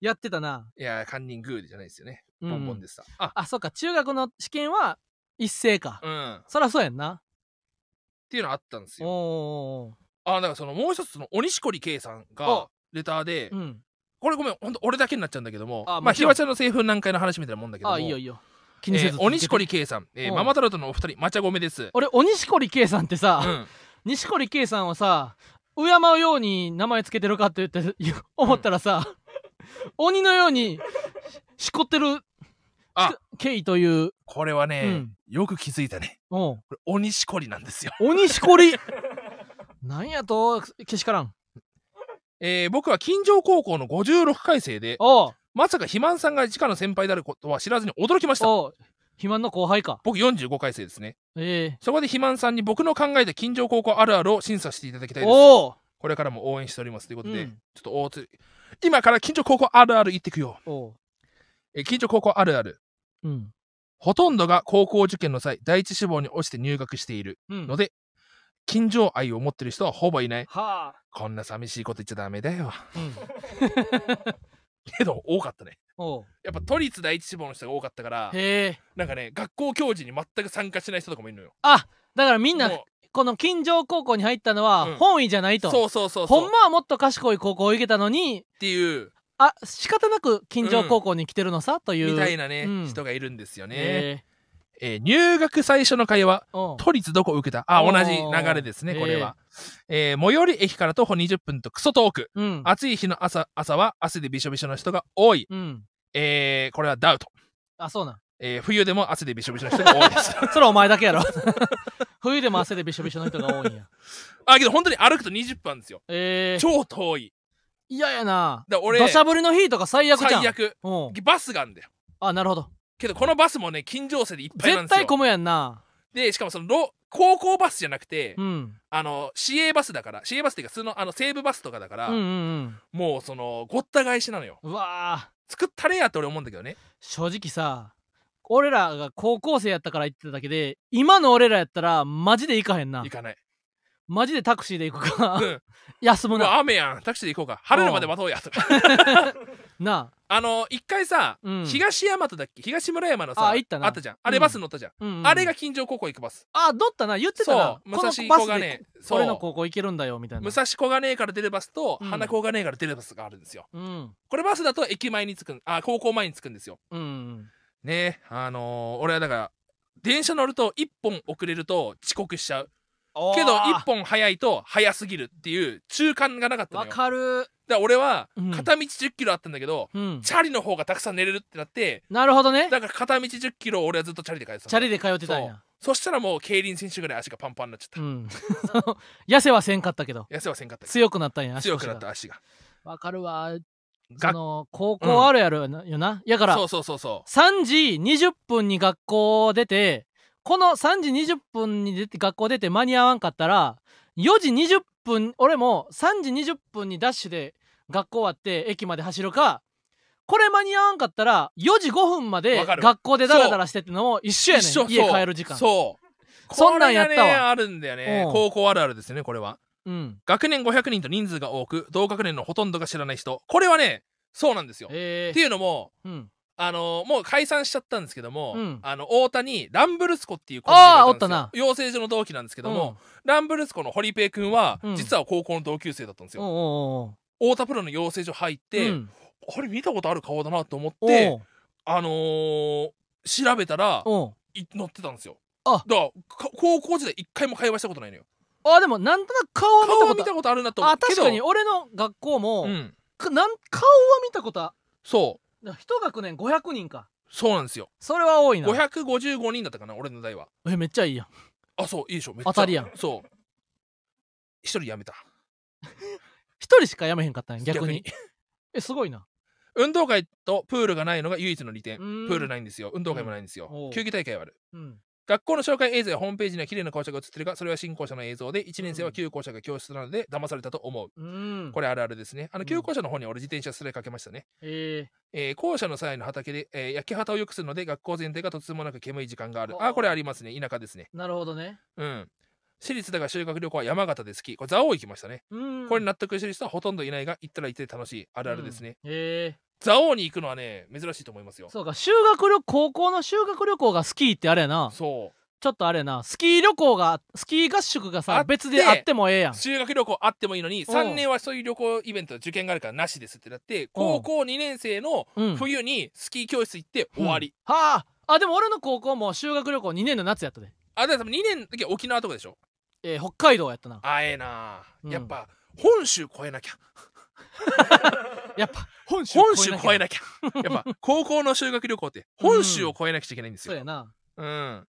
やってたな。いやカンニングーじゃないですよねうんボンボンでしたああ、そっか、中学の試験は一斉か。うんっそりゃそうやんな。ていうのあったんですおーよおあだからそのもう一つの鬼しこり圭さんがおレターでーおー。うん。ここれごめんほんと俺だけになっちゃうんだけどもあまもあちひろんわちゃんの製粉難解の話みたいなもんだけどもあ、いいよいいよ。気にせえず。ー鬼しこり。圭さんえーうんママタルトのお二人まちゃごめです俺、鬼しこり圭さんってうさ、ん錦織圭さんをさ、敬うように名前つけてるかって言って、 思ったらさ、鬼のように、しこってる、あケイという、これはうねんよく気づいたねおうこれ鬼しこりなんですよ鬼しこ り。なんやと、けしからん。えー僕は近城高校の56回生でおう。まさか肥満さんが一課の先輩であることは知らずに驚きましたお肥満の後輩か。僕45回生ですねえそこで肥満さんに僕の考えた近所高校あるあるを審査していただきえたいですおおこれからも応援しておりますということで、うんちょっと大つ今から近所高校あるある行ってくよおおえ近所高校あるあるううん。ほとんどが高校受験の際第一志望に落ちて入学しているうんので近所愛を持ってる人はほぼいないはあ。こんな寂しいこと言っちゃダメだようん。けど多かったねおうやっぱ都立第一志望の人が多かったからへえ。なんかね学校教授に全く参加しない人とかもいるのよあだからみんなも、この近城高校に入ったのうんは本意じゃないうと。そうそうそうそうほんまはもっと賢い高校行けたのに、っていうあ仕方なく近城高校に来てるのさ、という。みたいなね、うん人がいるんですよね、えええー入学最初の会話おう都立どこ受けたあお同ーじ流れですねこれは、えー最寄り駅から徒歩20分とクソ遠くうん。暑い日の朝朝は汗でびしょびしょの人が多い、うん。えーこれはダウト、あ、そうなん。えー冬でも汗でびしょびしょの人が多いです それはお前だけやろ。冬でも汗でびしょびしょの人が多いんや。あけど本当に歩くと20分あるんですよええ超遠い嫌やな。だから俺土砂降りの日とか最悪じゃん。最悪おうバスがあるんだよあ、なるほど。けどこのバスもね近所生でいっぱいなん絶です対よ混むやんな。でしかもそのろ高校バスじゃなくて、うん。あの市営バスだから市営バスっていうか普通のあの西武バスとかだから、うんうんうん。もうそのごった返しなのようわー作ったれやって俺思うんだけどね正直さ、俺らが高校生やったから行ってただけで、今の俺らやったらマジで行かへんな行。かない、マジでタクシーで行くうか、ん、休むうな。わ雨やんタクシーで行こうか晴れるまで待とうやとかなあの一回さ、うん東大和だっけ東村山のさあ行ったなったじゃんあれバス乗ったじゃん、あ、うんうんあれが近所高校行くバス、あ、どったな、言ってたそな。うこの武バ蔵ス小で金そ俺のう高校行けるんだよ、みたいな武。蔵小金井から出るバスと、うん花小金井から出るバスがあるんですようん。これバスだと駅前に着くんあ高校前に着くんですようんうん。ねあのー俺はだから電車乗ると1本遅れると遅刻しちゃうあおーけど一本早いと早すぎるっていう中間がなかったのわよ。かる。だから俺はうん片道10キロあったんだけど、うん。チャリの方がたくさん寝れるってなってなるほどね。だから片道10キロ俺はずっとチャリで帰ってたのチャリで通ってたんや。そしたらもう競輪選手ぐらい足がパンパンになっちゃった、うん。 痩せはせんかったけど、痩せはせんかったけ強くなったんや。ど足腰が強くなった足がわかるわ。そがの、高校あるやろなよな。やからそ、うそうそうそ3時20分に学校出て、この3時20分に出て学校出て間に合わんかったら、4時20分、俺も3時20分にダッシュで学校終わって駅まで走るか、これ間に合わんかったら、4時5分までわかる学校でダラダラしてってのも一緒うやね一緒ん。家そう帰る時間。そうそんなんやったわこれがねあるんだよねうん高校あるあるですよねこれはうん。学年500人と人数が多く同学年のほとんどが知らない人これはねそうなんですよっえていうのもー。うん。あのもう解散しちゃったんですけども、うんあの太田にランブルスコっていうあーコンビがいんですよおったな養成所の同期なんですけども、うんランブルスコのホリペイ君は、うん実は高校の同級生だったんですよ、おうおうおう太田プロの養成所入って、うんあれ見たことある顔だなと思っおてうあのー調べたらおうい乗ってたんですよあだからか高校時代一回も会話したことないのよあ、でも、なんとなく顔は見顔たは見ことたことあるなと思あ、うけ確どかに俺の学校も、うんかなん顔は見たことあそうだ一学年500人かそうなんですよそれは多いな555人だったかな俺の代はえめっちゃいいやんあそういいでしょめっち当ゃたりやんそう一人辞めた一人しかやめへんかったんや逆に逆に えすごいな運動会とプールがないのが唯一の利点うプーんールないんですよ運動会もないんですよ、うんおう球技大会はあるうん学校の紹介映像やホームページには綺麗な校舎が映ってるがそれは新校舎の映像で1年生は旧校舎が教室なので騙されたと思ううんこれあるあるですね。あうの、ん旧校舎の方に俺自転車すれかけましたね。ええー校舎の際の畑で、えー焼き畑を良くするので、学校全体がとてつもなく煙い時間がある。はああ、これありますね。田舎ですね。ー、なるほどねうん。私立だが修学旅行は山形で好き。これ、蔵王行きましたね。うんこれ納得してる人はほとんどいないが、行ったら行って楽しい。ああるあるですね。え蔵王に行くのはね、珍しいと思いますよー、。そうか修学旅高校の修学旅行がスキーってあれやなそちょっとあれやなスキー旅行がスキー合宿があさって別であってもええやう。ん修学旅行あってもいいのに、うん3年はそういう旅行イベント、受験があるからなしですってなって、高校2年生のうん冬にスキー教室行って終わり。うんはああでも俺の高校も修学旅行2年の夏やったで、あ、だから多分2年の時は沖縄とかでしょえー、北海道やったなあええなあ、うんやっぱ本州越えなきゃ やっぱ本州本州なきゃ越えなきゃやっぱ高校の修学旅行って本州を越えなくちゃいけないんですそうよやなうん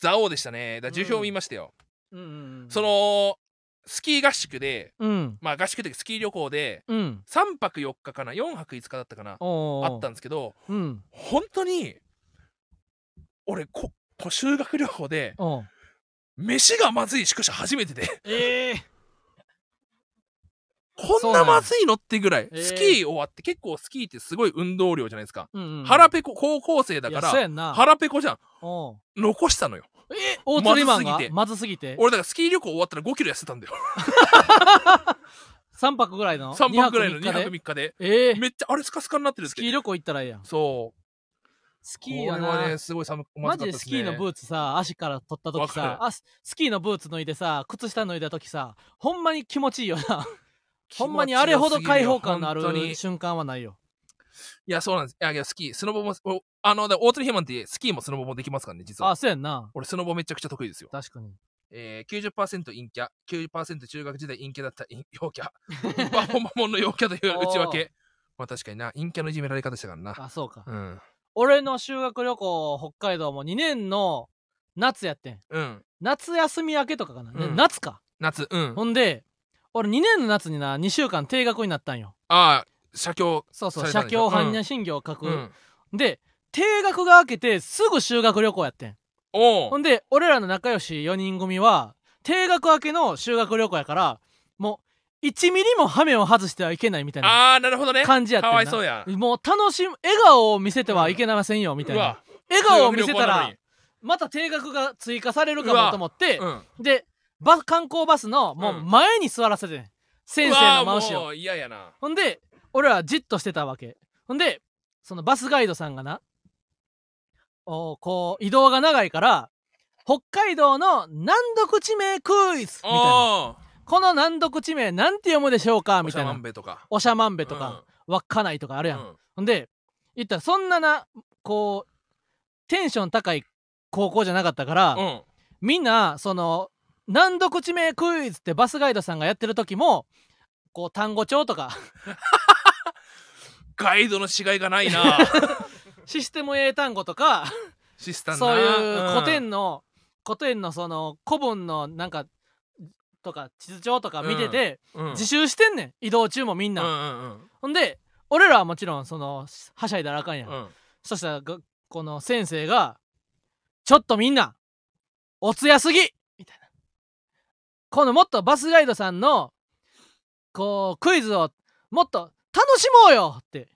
蔵王、でしたねだから樹氷見ましたよ、うんうんうんそのスキー合宿でうんまあ合宿というかスキー旅行でうん3泊4日かな4泊5日だったかなおーあったんですけどうん本当に俺ここ修学旅行でおう飯がまずい宿舎初めてでええこんなまずいのってぐらいええスキー終わって結構スキーってすごい運動量じゃないですかうんうん腹ペコ高校生だいかやそうやらんな腹ペコじゃんおう残したのよえ大鳥マンまずがすぎてまずすぎて俺だからスキー旅行終わったら5キロ痩せたんだよ3泊ぐらいの3泊ぐらいの2 2泊で3日でええめっちゃあれスカスカになってるんですスけキーど旅行行ったらええやんそうスこキーれやはなねすごい寒くまマずかジでったスキーのブーーツさ足から取った時わかさるあスキーのブーツ脱いでさ靴下脱いだ時さほんまに気持ちいいよなほんまにあれほど開放感のあるい瞬間はないよやそうなんですいやいやスキースノボもおあのだから大鳥ヒマンってスキーもスノボもできますからね実はあそうやんな俺スノボめちゃくちゃ得意ですよ、確かにえー、90%陰キャ90%中学時代陰キャだった陰 陽 キャパフォーマモンの陽キャという内訳まあ確かにな陰キャのいじめられ方したからなあそうかうん俺の修学旅行北海道も2年の夏やってんうん夏休み明けとかかな、ねうん夏か夏うんほんで俺2年の夏にな2週間定額になったんよああ写経そうそう写されたんでしょ経般若心経を書く、うんで定額が明けてすぐ修学旅行やってんおほおんで俺らの仲良し4人組は定額明けの修学旅行やからもう1ミリもハメを外してはいけないみたいなああなるほどね感じやってんかなわいそうやもう楽しむ笑顔を見せてはいけませんよみたいうなわ笑顔を見せたら修また定額が追加されるかもと思って学旅行なのにでバ観光バスのもう前に座らせてん、うん先生の真後うわーもろう嫌やなほんで俺らじっとしてたわけほんでそのバスガイドさんがなおこう移動が長いから北海道の難読地名クイズみたいなおおこの難読地名なんて読むでしょうかみたいおしゃまなんべとかおしゃまんべとか、稚内とかあるうんやん、うんほんで言ったらそんななこうテンション高い高校じゃなかったから、うんみんなその難読地名クイズってバスガイドさんがやってる時もこう単語帳とかガイドのしがいがないなシステム英単語とかシスタンなそういう古ん典の、古典のその古文のなんかとか地図帳とか見てて、うん自習してんねん移動中もみんうな、んうんほんで俺らはもちろんそのはしゃいだらあかんやん、うんうんそしたらがこの先生が「ちょっとみんなおつやすぎ!」みたいなこのもっとバスガイドさんのこうクイズをもっと楽しもうよって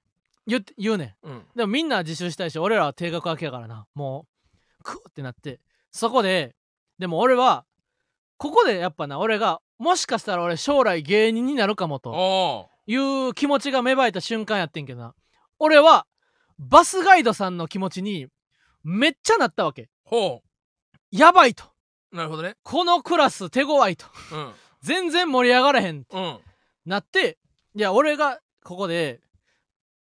言って言うねんうんでもみんなは自習したいし俺らは定額明けやからなもうクーってなってそこででも俺はここでやっぱな俺がもしかしたら俺将来芸人になるかもとおいう気持ちが芽生えた瞬間やってんけどな俺はバスガイドさんの気持ちにめっちゃなったわけーほやばいとうなるほどねこのクラス手強いとうん全然盛り上がらへんうんなっていや俺がここで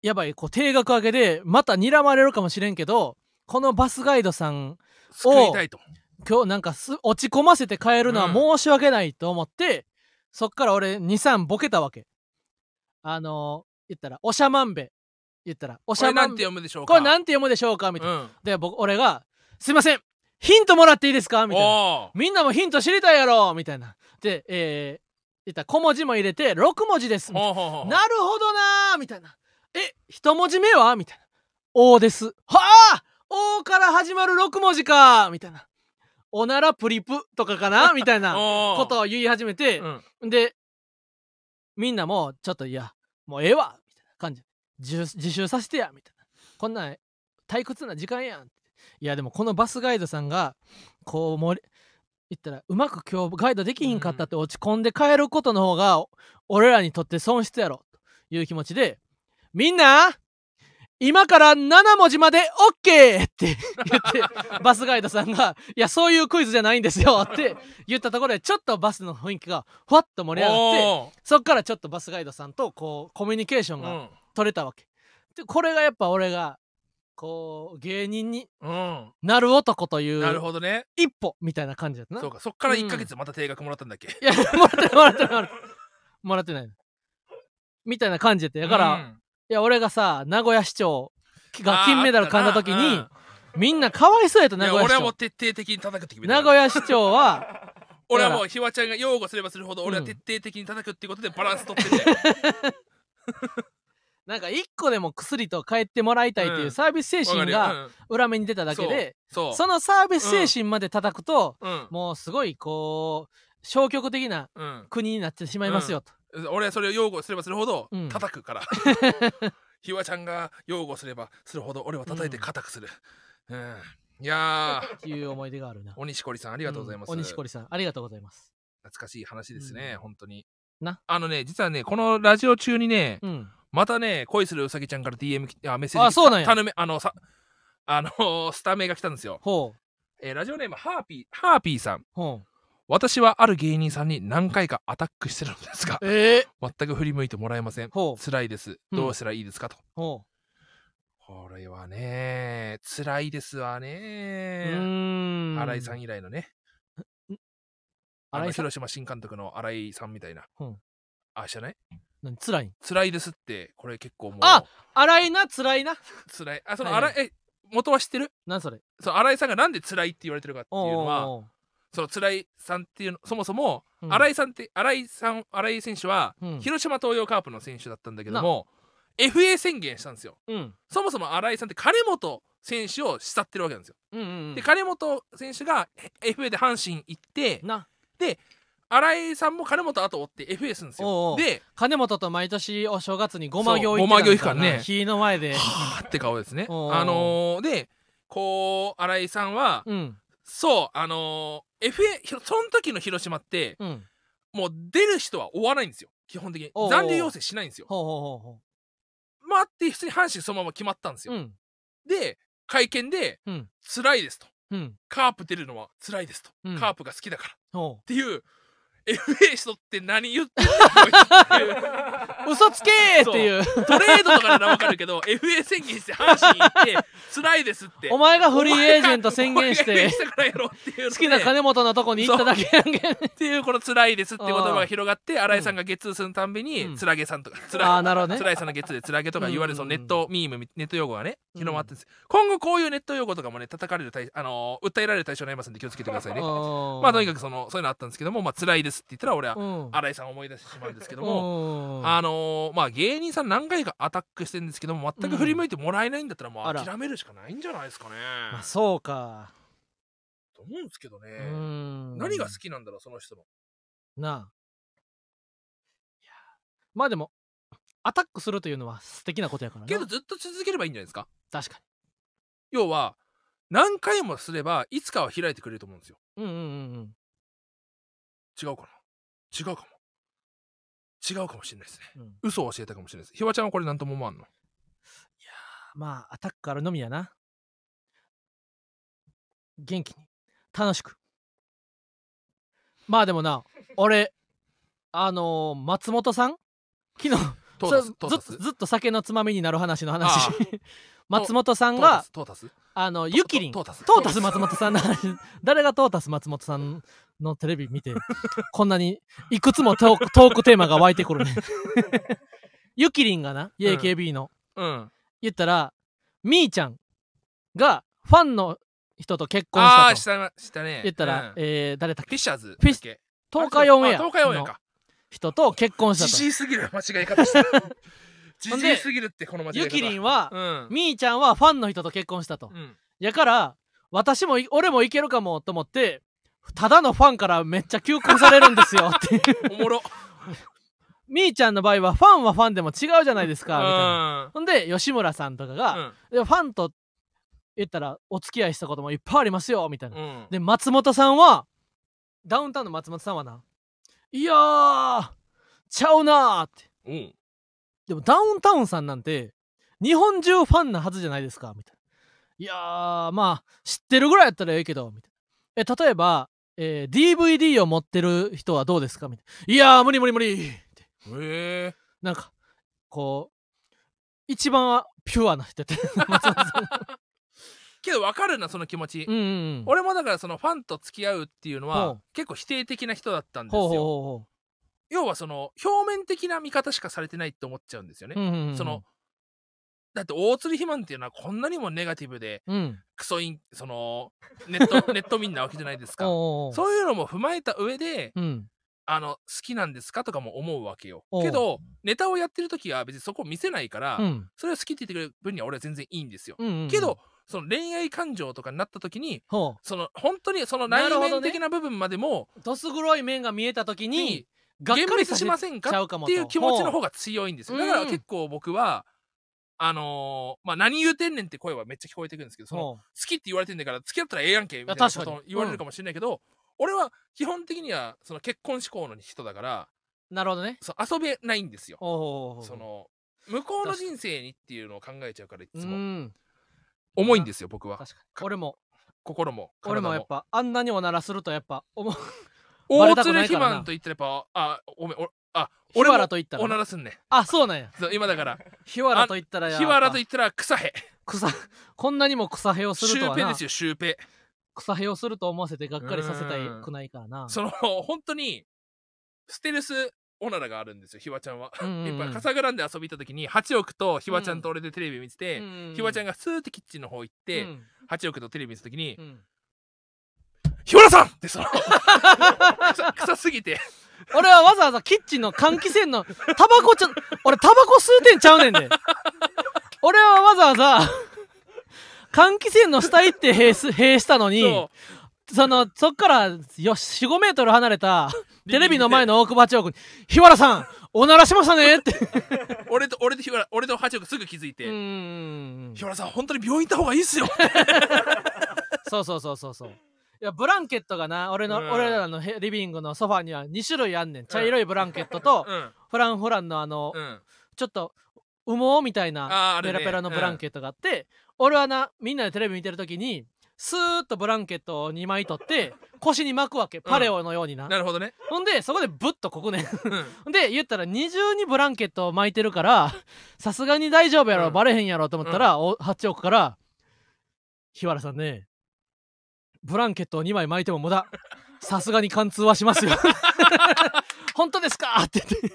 やばいこう定額上げでまた睨まれるかもしれんけどこのバスガイドさん救いたいと今日なんかす落ち込ませて帰るのは申し訳ないと思って、そっから俺23ボケたわけあのー言ったら「おしゃまんべ」言ったら「おしこゃれなまんんてべ」読むでしょうかこれなんて読むでしょうかみたいな、うんで僕俺が「すいませんヒントもらっていいですか?」みたいなおみんなもヒント知りたいやろみたいなでえー、言ったら小文字も入れて6文字ですみたいなおほうほうほうなるほどなーみたいな。え、一文字目はみたいな。おです。はあおから始まる6文字かみたいな。おならプリプとかかなみたいなおーことを言い始めてう、んで、みんなもちょっといや、もうええわみたいな感じ。自習自習させてやみたいな。こんなん退屈な時間やん。いや、でもこのバスガイドさんが、こう盛り、言ったら、うまく今日ガイドできひんかったって落ち込んで帰ることの方が、お俺らにとって損失やろ、という気持ちで、みんな、今から7文字まで OK! って言って、バスガイドさんが、いや、そういうクイズじゃないんですよって言ったところで、ちょっとバスの雰囲気が、ふわっと盛り上がって、おそっからちょっとバスガイドさんとこうコミュニケーションがー取れたわけ。でこれがやっぱ俺がこう芸人にうんうんなる男といなるうほどね一歩みたいな感じだったな。そうかそっからう1んヶ月また定額もらったんだっけいやもらってないもらってないもらってないもらってない。みたいな感じやってだから、ういんや俺がさ名古屋市長が金メダル噛んだ時あーあにったなみんなかわいそうやったうん名いや古屋俺は市も長。う徹底的に叩くって決め名た古屋市長は俺はもうひわちゃんが擁護すればするほど俺はうん徹底的に叩くってことでバランス取っ ててなんか一個でも薬と帰ってもらいたいっていうサービス精わか神るよがうん裏目に出ただけで、そうそのサービス精神まで叩くと、うんもうすごいこう消極的なうん国になってしまいますよと、俺はそれを擁護すればするほどうん叩くから ひわちゃんが擁護すればするほど俺は叩いて固くするうんいやーっていう思い出があるな。あおにしこりさんありりがとうございますお西堀さん、ありがとうございます。懐かしい話ですね、うん本当になあのね実はねこのラジオ中にね、うん。またね恋するうさぎちゃんから DM きあメッセージあそうなんや頼めあのさあの スタメが来たんですよ、ほう、えーラジオネームハーピーハーピーさんほう。私はある芸人さんに何回かアタックしてるのですがええ全く振り向いてもらえませんほう、辛いですうんどうしたらいいですかと、ほこれはね辛いですわう。うねーん。新井さん以来のねあ新の井さん広島新監督の新井さんみたいな、うんあ知らない何辛いん辛いですってこれ結構もうあ辛いな、辛いな。辛いあそのはい新はい井え元は知ってるなんそれ。その新井さんがなんで辛いって言われてるかっていうおうのはおうその辛いさんっていうのそもそもおう。新い、井さんって新井さん新井選手はうん。広島東洋カープの選手だったんだけども FA 宣言したんですようん。そもそも新井さんって金本選手を慕ってるわけなんですようんうん。で金本選手がえ FA で阪神行ってな、新井さんも金本後追って FA するんですおうおようで金本と毎年お正月にごまそう行行ってたんですごま行行くからね火の前で。はーって顔ですねおうおうあのーでこう新井さんはうん。そうそう、あのー FA、ひろその時の広島って、うん。もう出る人は追わないんですよ、基本的におうお。う残留要請しないんですよ。ほうほうほうほまあ、あって、普通に阪神そのまま決まったんですう。よ。うん。で、会見で、うん辛いですと。うん。カープ出るのは辛いですと。うんカープが好きだからっほていう、 FA しとって何言ってんのこいつっていう嘘つけーっていうトレードとかならわかるけど FA 宣言して阪神行って辛いですってお前がフリーエージェント宣言しお前がて FA たからやろっていうので好きな金本のとこに行っただけやんけっていうこの辛いですって言葉が広がって新井さんが月通するたんびうにんつらげさんとか つああらなるほどねつらいさんのゲッツでつらげとか言われるそのネットミームみネット用語がねうん広まってるんです今後こういうネット用語とかもね叩かれる対あのー訴えられる対象になりますんで気をつけてくださいねままあとにかくくそのそういうのあったんですけどもまあ辛いですって言ったら俺はうん新井さんを思い出してしまうんですけどももあのーまあ芸人さん何回かアタックしてるんですけども全く振り向いてもらえないんだったらもあうら諦めるしかないんじゃないですかねまあそうかと思うんですけどねうん何が好きなんだろうその人のなあいやまあでもアタックするというのは素敵なことやからなけどずっと続ければいいんじゃないですか確か要は何回もすればいつかは開いてくれると思うんですよにうんうんうんうん違うかな違うかも違うかもしれないですねうん嘘を教えたかもしれないですひわちゃんはこれ何とも思わんのまあアタックあるのみやな元気に楽しくまあでもな俺あのー松本さん昨 日トそーうタずっとストータスずっと酒のつまみになる話のあ話あ 松本さんトータがストータスあのゆきりんトトータスータス松本さんの話誰がトータス松本さんのテレビ見てこんなにいくつもトークトークテーマが湧いてくる ねゆきりんがな AKB の、うん言ったらみーちゃんがファンの人と結婚ああししたとたしたね言ったら、うんえー誰だっフィけッシャーズフィッシだっけ東海オンエアあ東海オンエアのか人と結婚じしたじといすぎる間違い 方したじほんじいですぎるってこの間違い方ゆきりんはは、うんみーちゃんはファンの人と結婚したと、うんやから私もい俺もいけるかもと思ってただのファンからめっちゃ求婚されるんですよっていうおも ろみーちゃんの場合はファンはファンでも違うじゃないですかみたいなうんほんで吉村さんとかうが、んでファンと言ったらお付き合いしたこともいっぱいありますよみたいなうんで松本さんはダウンタウンの松本さんはないやーちゃうなーってうんでもダウンタウンさんなんて日本中ファンなはずじゃないですかみたいないやーまあ知ってるぐらいやったらええけどみたいなえ例えば、えー DVD を持ってる人はどうですかみたいないやー無理無理無理ってへえなんかこう一番はピュアな人って松本さけどわかるなその気持ちんうんうん俺もだからそのファンと付き合うっていうのほはう結構否定的な人だったんですほうほうよほ要はその表面的な見方しかされてないって思っちゃうんですよねうほう、うんうんうんそのだって大釣り肥満っていうのはこんなにもネガティブでうんクソインそのネットネット民なわけじゃな いですかおうおうおうそういうのも踏まえた上でうんあの好きなんですかとかも思うわけよおうけどネタをやってる時は別にそこを見せないから、うんそれを好きって言ってくれる分には俺は全然いいんですよ、うんうんうんけどその恋愛感情とかになった時にほその本当にそのな内るほどね面的な部分までもうどす黒い面が見えた時ににがっ幻かり滅さしせませんちゃかうかもっとていう気持ちの方がが強いんですよほうだからうん結構僕はあのーまあ何言うてんねんって声はめっちゃ聞こえてくるんですけどその好きって言われてんだから付き合ったらええやんけみたいやいなこ確かとにを言われるかもしれないけど、俺は基本的にはその結婚志向の人だからなるほどねそう遊べないんですよおうおうおうその向こうの人生にっていうのを考えちゃうからいうつもん重いんですよ僕は確かに俺も心も俺体もやっぱあんなにおならするとやっぱ思うバレ大たく鶴ない肥からな満と言ったらやっぱあおめおあ日俺も原と言ったおなららすんねあそうなんやそう今 だから日原と言ったらや日原とや言っったら草へぱ草こんなにも草屁をすシるとュウはペイなですよシュウペ草屁をすると思わせてがっかりさせたうんくないからなイその本当にステルスおならがあるんですよひわちゃんは、うんうんうんいっぱいカサグランで遊び行った時に8億とひわちゃんと俺でテレビ見てて、ひわちゃんががスーってキッチンの方行って、うん8億とテレビ見てた時にうん「ひわらさん!」 ってその臭臭すぎて俺はわざわざキッチンの換気扇のタバコちょ俺タバコ吸うてんちゃうねん で俺はわざわざ換気扇の下行って閉す閉したのにそそのそっからよ45メートル離れたテレビの前の大久保町君に「日原さんおならしましたね」ってう俺と俺とひわら俺と8億すぐ気づいて「うーんひわらさん本当に病院行った方がいい っすよ」そうそうそうそうそういやブランケットがな俺の、うん俺らのへリビングのソファには2種類あんねん茶色いブランケット と、うんフランフランのあの、うんちょっと羽毛みたいなあーあるペねラペラのブランケットがあって俺はなみんなでテレビ見てる時にスーッとブランケットを2枚取って腰に巻くわけパレオのようにな、なるほどね。ほんでそこでブッとこくねん うんで言ったら二重にブランケットを巻いてるから さすがに大丈夫やろ、うんバレへんやろと思ったら、お8億から日原さんねブランケットを2枚巻いても無駄さすがに貫通はします よ本当ですかって言って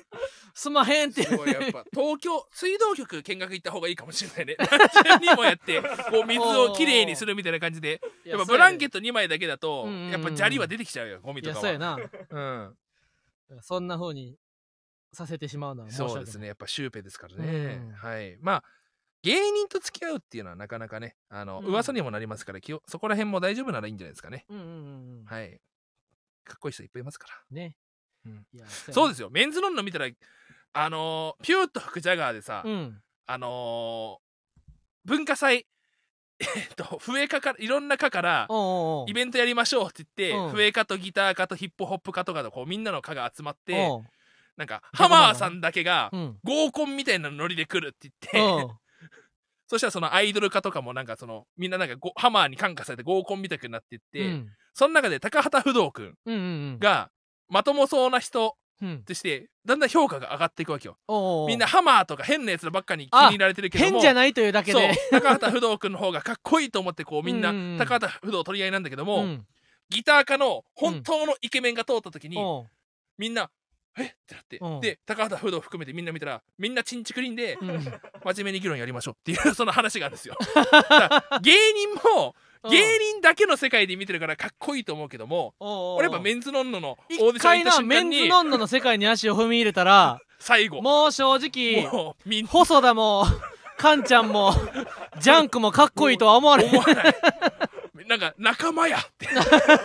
すまへんってすごいやっぱ東京水道局見学行った方がいいかもしれな いね。何重にもやってこう水をきれいにするみたいな感じでやっぱブランケットト2枚だけだとうんうんうんやっぱ砂利は出てきちゃうよゴミいとやかそうやは。なうんそんな風にさせてしまうのは申し訳そなういですねやっぱシュウペイですからねうん。はいまあ芸人と付き合うっていうのはなかなかねあのうん噂にもなりますから気をそこら辺も大丈夫ならいいんじゃないですかね。うんうんうんうんはいかっこいい人いっぱいいますから。ね、うんいやそうでですよメンズノンノ見たらあのーピューッと吹くジャガーでさ、うんあのー文化祭 えっと笛科からいろんな科からおうおうおうイベントやりましょうって言って、うん笛科とギター科とヒップホップ科とかのこうみんなの科が集まっておうなんかどこなハのマーさんだけがうん合コンみたいなノリで来るって言って、おう そしたらそのアイドル科とかもなんかそのみんななんかごハマーに感化されて合コンみたくなってって、うんその中で高畑不動くんうんうんうんがまともそうな人うんとしてだんだん評価が上がっていくわけよ。おうおうみんなハマーとか変なやつらばっかに気にあ入られてるけども変じゃないというだけそうで高畑不動君の方がかっこいいと思ってこうみんなうんうんうん高畑不動取り合いなんだけども、うんギター科の本当のイケメンが通った時に、おうみんな「えっ?」てなって、うんで高畑不動含めてみんな見たらみんなチンチクリンで、うん真面目に議論やりましょうっていうその話があるんですよ。 だから芸人も芸人だけの世界で見てるからかっこいいと思うけどもおうおう俺やっぱメンズノンノのオ一ーディション行回ったな瞬メ間ンズにノンノの世界に足を踏み入れたら最後 ももう正直うみんな細田も カンちゃん もジャンクもかっこいいとは思われへ思んわない。 なんか仲間やって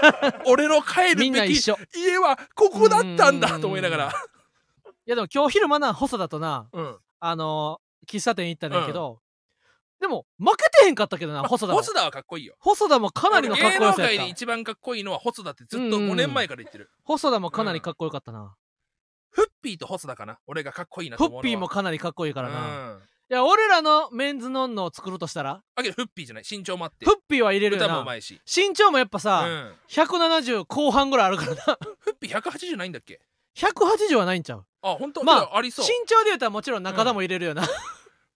俺の帰みるんなべ一き緒家はここだったんうだんと思いながら、いやでも今日昼間な細田となうん、あの喫茶店行ったんだけど、でも負けてへんかったけどな細田も細田はかっこいいよ細田もかなりのかっこよさ俺芸能や界でった一番かっこいいのは細田ってずっうんとうんうん5年前から言ってる、細田もかなりかっこよかったな、フッピーと細田かな俺がかっこいいなフと思ッうのはピーもかかなりかっこいいかっらな、な、うん、いや俺らのメンズノンノを作るとしたらだけどフッピーじゃない身長もあってフッピーは入れるよ歌もうなまいし、身長もやっぱうん、さ、170後半ぐらいあるから なフッピー180ないんだっけ180はないんちゃうあ本当まあまあありそ身う長で言うたらもちろん中田も入れるよな、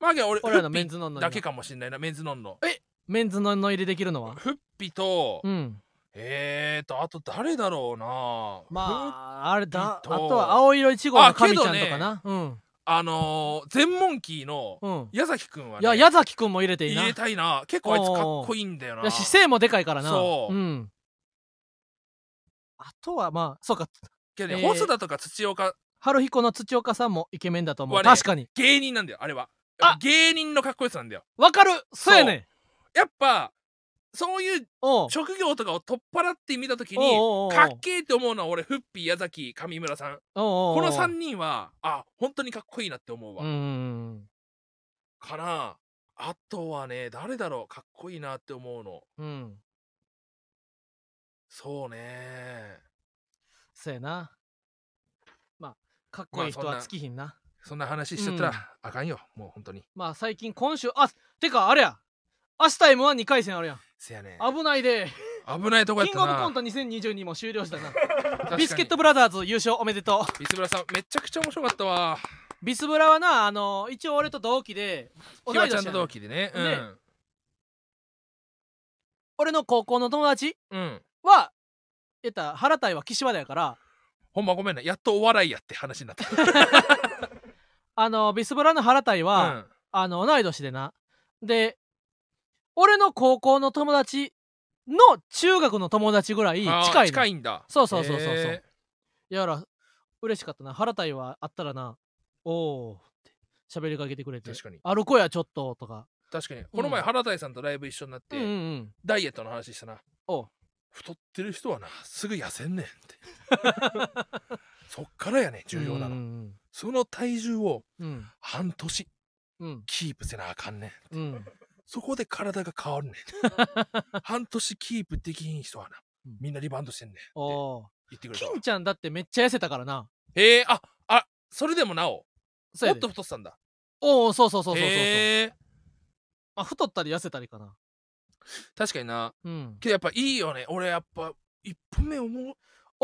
まあけど俺 俺らのフッメピンズノンノーにはだけかもしれないなメンズノンのえメンズノンノ入れできるのはフッピーと、うんえーとあと誰だろうなまああれだあいいととは青色1号のあけ神どちねゃんとかな、あのー、全問キーのうんうん矢崎くんはいね、や矢崎くんも入れていいな入れたいな結構あいつかっこいいんだよいなや姿勢もでかいからなそううんあとはまあそうかけどね、えー細田とか土岡春彦の土岡さんもイケメンだと思うはね確かに芸人なんだよあれはあ芸人のかっこよさなんだよわかるそうやねんやっぱそういうおう職業とかを取っ払って見た時おうにおうおうかっけーって思うのは俺フッピー矢崎上村さんおうおうおうこの3人はあ本当にかっこいいなって思うわ、うんうんかなあとはね誰だろうかっこいいなって思うのうんうんそうねそうやなまあかっこいい人まはあそんな尽きひんなそんな話しちゃったら、うんあかんよもう本当にまあ最近今週あてかあれや明日 m 1 2回戦あるやんせやね危ないで危ないとこやっキンたグオなブコント2022も終了したな確かにビスケットブラザーズ優勝おめでとビスブラさんめちゃくちゃ面白かったわうビスブラはなあの一応俺と同期で同ひわいちゃん年とや同ね期でねね俺の高校の友達うんうんは言ったら原田は岸和田やからほんまごめんねやっとお笑いやって話になったあのビスブラの原田は、うん あの同い年でなで俺の高校の友達の中学の友達ぐらいあー近い近いいんだそうそうそうそうそうへやら嬉しかったな原田はあったらなおおって喋りかけてくれて確かにある子やちょっととかー確かにこの前原田さんとライブ一緒になっうて、んうんうんダイエットの話したなおう太ってる人はなすぐ痩せんねんって そっからやね重要なうのんその体重をうん半年うんキープせなあかんねんうんうんそこで体が変わる ねん半年キープできひん人はなうんみんなリバウンドしてんねんっておお言ってくれたわ金ちゃんだってめっちゃ痩せたからなへえああそれでもなおそうやもっでと太ってたんだおおそうそうそうそうそうそうへえあ太ったり痩せたりかな確かになうん。けどやっぱいいよね俺やっぱ1本目思う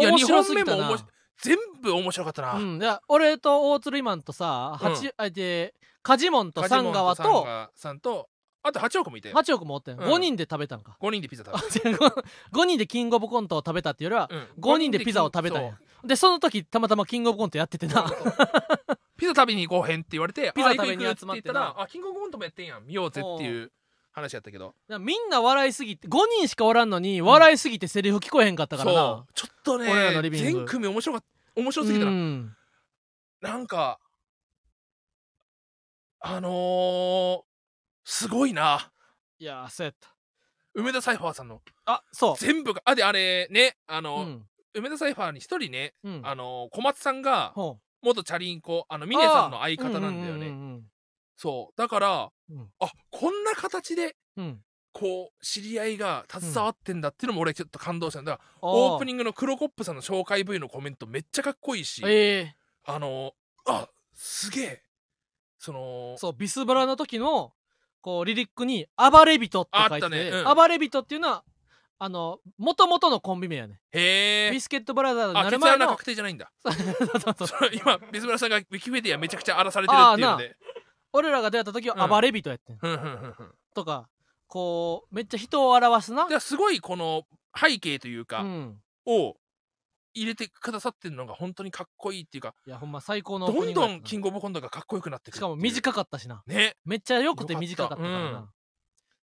いや面白すぎ二た本目もな面。全部面白かったな、うん、いや俺と大鶴イマンとさ、うん八あでカジモンと梶サ本ンガワサンとガさんとあと8億もいたよ八億もおったよ、うん5人で食べたんか5人でピザ食べた5人でキングオブコントを食べたっていうよりは、うん5人でピザを食べたんやそうでその時たまたまキングオブコントやっててなピザ食べに行こうへんって言われてピザあ行く食べに行く集まってな言たらあキングオブコントもやってんやん見ようぜっていう話やったけどみんな笑いすぎて5人しかおらんのに笑いすぎてセリフ聞こえへんかったからな、そうちょっとね俺らのリビング全組面白かった面白すぎたな、うんなんかあのー、すごいないやーそうやった梅田サイファーさんのあそ全部があであれねあうの、うん梅田サイファーに一人ね、うんあの小松さんがほ元チャリンコあのう峰さんの相方あーなんだよね、ううんそうだから、うんあこんな形でうんうんこう知り合いが携わってんだっていうのも俺ちょっと感動したんだから、オープニンングのクロコップさんの紹介 V のコメントめっちゃかっこいいし、えあのあすげえそのーそうビスブラの時のこうリリックに「暴れ人」って書いあてったねて、うん暴れ人っていうのはあの元々のコンビ名やねへえビスケットブラザーズにあな血る前穴の確定じゃないんだそうそうそうそれ今ビスブラさんがウィキペディアめちゃくちゃ荒らされてるっていうので俺らが出会った時うはん暴れ人やってんふんふんふんふんとかこうめっちゃ人を表すなだからすごいこの背景というか、うんを入れてくださってるのが本当にかっこいいっていうかいやほんま最高のオーどプニンんグどやったなんキングオブコントがかっこよくなってくるしかもい短かったしなねめっちゃ良くて短かったからよかっな。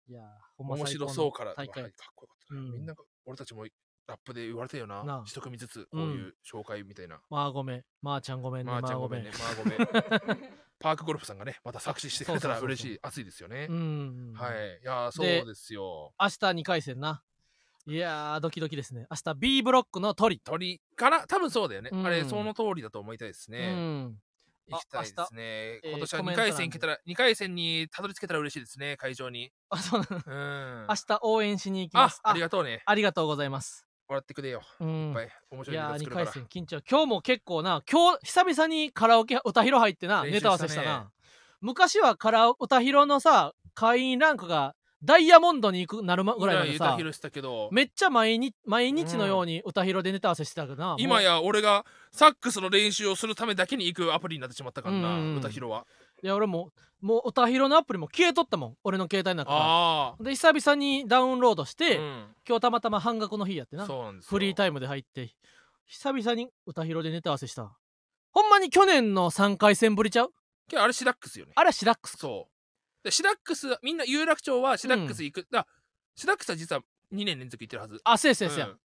いやー、ほんま面最高白のそうから大会はい。かっこよかったな、うんみんなが俺たちもラップで言われてよななあ一組ずつこういう紹介みたいな、まあごめん。まあちゃんごめんね。ままあちゃあんごごめめんんねね。まあ ごめんパークゴルフさんがねまた作詞してくれたらそうそうそう嬉そうしい熱いですよね、うん。はい。いやーそうでですよ明日2回戦な。いやー、ドキドキですね。明日 B ブロックの鳥。鳥から多分そうだよね、うんあれその通りだと思いたいですうね、ん。行きたいですね明日今年はえー2回戦行けたら2回戦にたどり着けたら嬉しいですね会場にあ、そうなの。うん明日応援しに行きまあす。ありがとうねありがとうございます。笑ってくれよ、うんいっぱ。い面い白いネやター、2作るか回ら戦緊張。今日も結構な、今日、久々にカラオケ、歌広入ってな、練習ネタ合わせしたしたねな。昔はカラオ歌広のさ、会員ランクがダイヤモンドに行くなるまぐらいまで歌さ、広したけどめっちゃ毎日毎日のように歌広でネタ合わせしてたけどな、今やや俺がサックスの練習をするためだけに行くアプリになってしまったからな、うんうんうん歌広はいや俺もうもう歌広のアプリも消えとったもん俺の携帯の中かああらで久々にダウンロードして、うん今日たまたま半額の日やってなそうなんですよフリータイムで入って久々に歌広でネタ合わせしたほんまに去年の3回戦ぶりちゃうけどあれシダックスよねあれはシダックスそうでシダックスみんな有楽町はシダックス行く、だシダックスは実は2年連続行ってるはずあせやせやうんせや、だか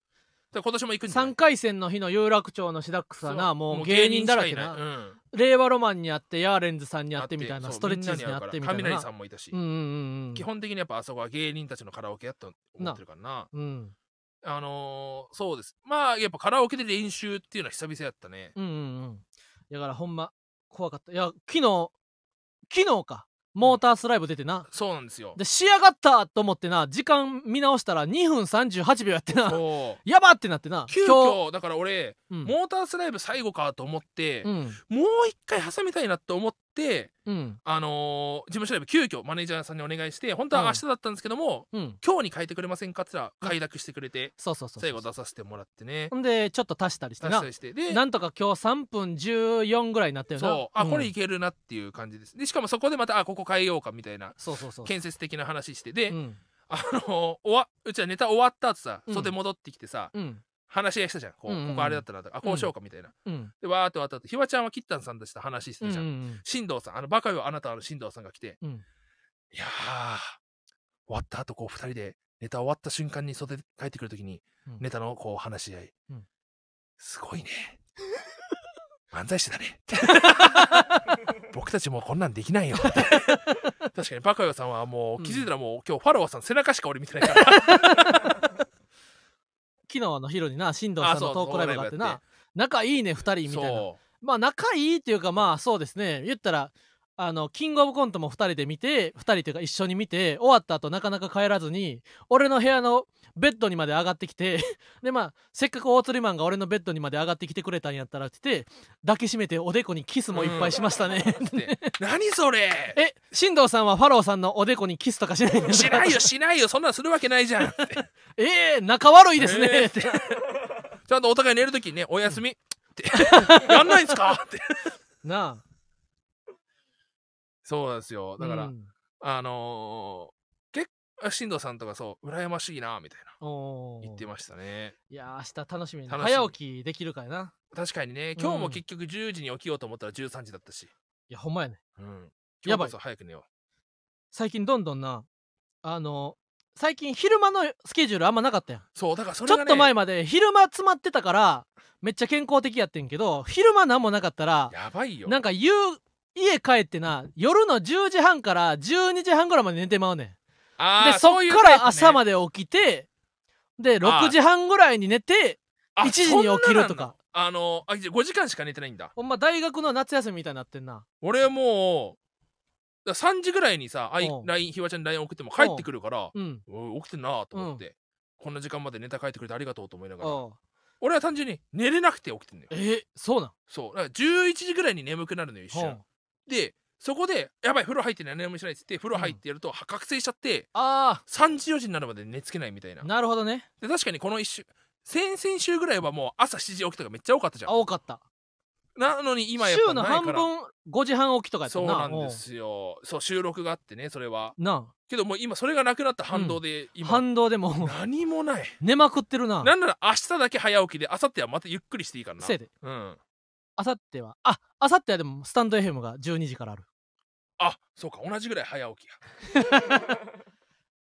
ら今年も行くんじゃない3回戦の日の有楽町のシダックスはなもう芸人だらけなもう芸人しかいいうん令和ロマンにあってヤーレンズさんにあってみたいあなってストレッチーズにそうみんあなっにてるみたかいら雷なさんもいたし、うんうんうんうん基本的にやっぱあそこは芸人たちのカラオケやと思ってるからなうんあのーそうですまあやっぱカラオケで練習っていうのは久々やったね、うんうんうん。だからほんま怖かった。いや、昨日、昨日か、モータースライブ出てな。そうなんですよで、仕上がったと思ってな、時間見直したら2分38秒やってな。そうやばってなってな。急遽だから俺、今日、モータースライブ最後かと思って、うん、うん、もう一回挟みたいなと思ってうん、あのー事務所ライブ急遽マネージャーさんにお願いして本当は明日だったんですけども、うん。今日に変えてくれませんかって言ったら快諾してくれてそうそうそうそう。最後出させてもらってねほんで、ちょっと足したりして出しなた。りしてでなんとか今日3分14ぐらいになったよな。そうあんこれいけるなっていう感じですでしかもそこでまたあここ変えようかみたいなそうそうそう。建設的な話してで、うん、あのー終わうちはネタ終わった後さうん袖戻ってきてさ、うん、話し合いしたじゃんこう、うんうんうんここあれだったなとかあこうしようかみたいな、うん。でわーって終わった後ひわちゃんはキッタンさんとした話してうんたじうゃん、ん新藤さんあのバカよあなたの新藤さんが来てうん、いやー終わった後こう二人でネタ終わった瞬間に袖帰ってくるときにうんネタのこう話し合い、うんすごいね漫才師だ ね僕たちもうこんなんできない よ確かにバカよさんはもう気づいたらもう、今日ファロワーさん背中しか俺見てないか ら昨日のヒロにな、新藤さんのトークライブがあってそうトークライブやっな、仲いいね、2人みたいな。そまあ仲いいっていうかまあそうですね言ったらあのキングオブコントも2人で見て2人というか一緒に見て終わった後なかなか帰らずに俺の部屋のベッドにまで上がってきて でまあせっかく大釣りマンが俺のベッドにまで上がってきてくれたんやったらって言って抱きしめておでこにキスもいっぱいしま したね、って何それえ進藤さんはファローさんのおでこにキスとかしないんですしかないよしないよそんなんするわけないじゃん ええ仲悪いですね、ええってちゃんとお互い寝るときにね、おやすみって、やんないんすかって。なあそうなんですよ。だから、うんあのー、結構、進藤さんとかそう、羨ましいな、みたいおな、ー言ってましたね。いやー明日楽しみに楽しみ早起きできるかやな確かにね、今日も結局10時に起きようと思ったら13時だったし。いやほんまやねうん。や今日ばいこそ早く寝よ最近どんどんなあの最近昼間のスケジュールあんまなかったやん、う。そう、だからそちれょが、っね、と前まで昼間詰まってたからめっちゃ健康的やってんけど昼間なんもなかったらやばいよ。なんか夕家帰ってな夜の10時半から12時半ぐらいまで寝てまうねんあーでそっういうかタイプねら朝まで起きてで6時半ぐらいに寝てあ1時に起きるとかそんななんのあのーあじゃあ5時間しか寝てないんだほんま大学の夏休みみたいになってんな俺もうだから3時ぐらいにさあいうん LINE ひわちゃんに LINE 送っても帰ってくるからうんおい起きてんなと思って、こんな時間までネタ書いてくれてありがとうと思いながらおう俺は単純に寝れなくて起きてんのよえーそうなんそうだから11時ぐらいに眠くなるのよ一ほ瞬うでそこでやばい風呂入って何もしないっつって風呂入ってやると、は覚醒しちゃってあ3時4時になるまで寝つけないみたいなーなるほどねで確かにこの一週先々週ぐらいはもう朝7時起きとかめっちゃ多かったじゃあん多かったなのに今やっ週ぱのない半から分5時半起きとかやったそうななんですよそう収録があってねそれはおうなけどもう今それがなくなった反動であ今、反動でも何もない寝まくってるななんなら明日だけ早起きで明後日はまたゆっくりしていいからなせいでうんあさってはああさってはでもスタンド FM が12時からあるあそうか同じぐらい早起き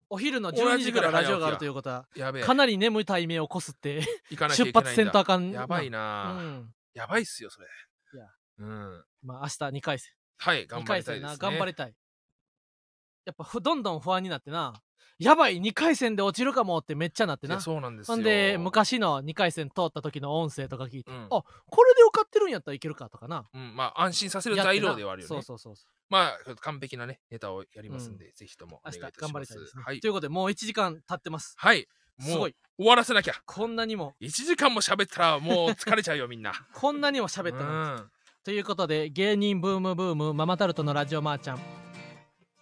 お昼の同12時じかぐららいラジオがあ早起きるやということはややべえかなり眠たい目をこすって行かなきゃ出いけな発いんだせんとあかんやばいな、うんやばいっすよそれいやうんまあ明日2回戦はい頑2張回りたい戦でなすね頑張りたいやっぱふどんどん不安になってなやばい2回戦で落ちるかもってめっちゃなっていやなそうなんですよほんで昔の2回戦通った時の音声とか聞いて、うんあこれで受かってるんやったらいけるかとかなうん、まあ安心させるやってな材料ではあるよねそうそうそうそうまあ完璧なねネタをやりますんで、ぜひともお明日願いいたします頑張りたいですね、はいということでもう1時間経ってますはいすもごうい終わらせなきゃこんなにも1時間も喋ったらもう疲れちゃうよみんなこんなにも 喋ったのにうんということで芸人ブームブームママタルトのラジオマーちゃん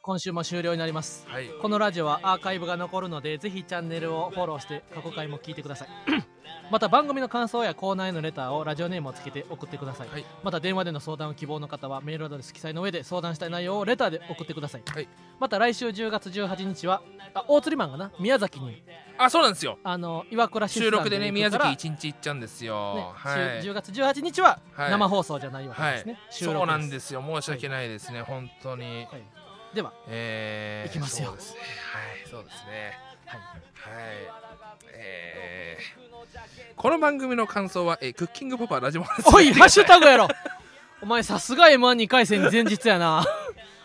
今週も終了になりますはいこのラジオはアーカイブが残るのでぜひチャンネルをフォローして過去回も聞いて くださいまた番組の感想やコーナーへのレターをラジオネームをつけて送ってください、はいまた電話での相談を希望の方はメールアドレス記載の上で相談したい内容をレターで送ってください、はいまた来週10月18日はあ大釣りマンがな宮崎にあそうなんですよあの岩倉出産収録でね宮崎行く一日行っちゃうんですかよ、らねは10い10月18日ははい生放送じゃないわけですね、収録、そうなんですすよ申し訳ないですね、本当に、はい、で は、えー、いきますよそうですねはいそうですねはい、はいえー、この番組の感想は、えー、クッキングパパラジオマンおい、ハッシュタグやろお前さすが M12 回戦前日やな。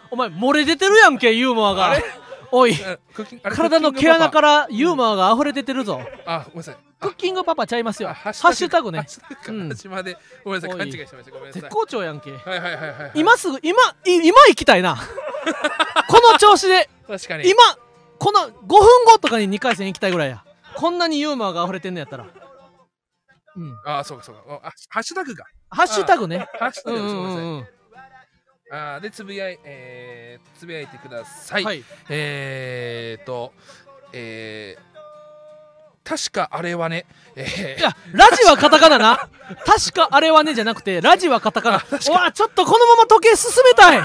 お前漏れ出てるやんけ、ユーモアあがれ。おい、うんクッキンあれ体のクッキ毛ングパ穴パからユーモアが溢れ出てるぞ。あごめんなさいクッキングパパちゃいますよ。あハッシュタグねハッ。シュタグうんか始までごめんなさおいい勘違いしてましたごめんなさ絶い好調やんけ。はいはいはいはいはい今すぐ、今、い今行きたい な。この調子で、確かに今、この5分後とかに2回戦行きたいぐらいや。こんなにユーモアが溢れてんのやったら。うん。あーそうかそうかあハッシュタグがハッシュタグね。ハッシうュタんうグですごめんんなうさいんうん。あーでつぶやい、えー、つぶやいてください、はい。えーとえー、確かあれはね、えい ー、や、ラジはカタカナな。確かあれはねじゃなくて、ラジはカタカナ。うわ、ちょっとこのまま時計進めたい。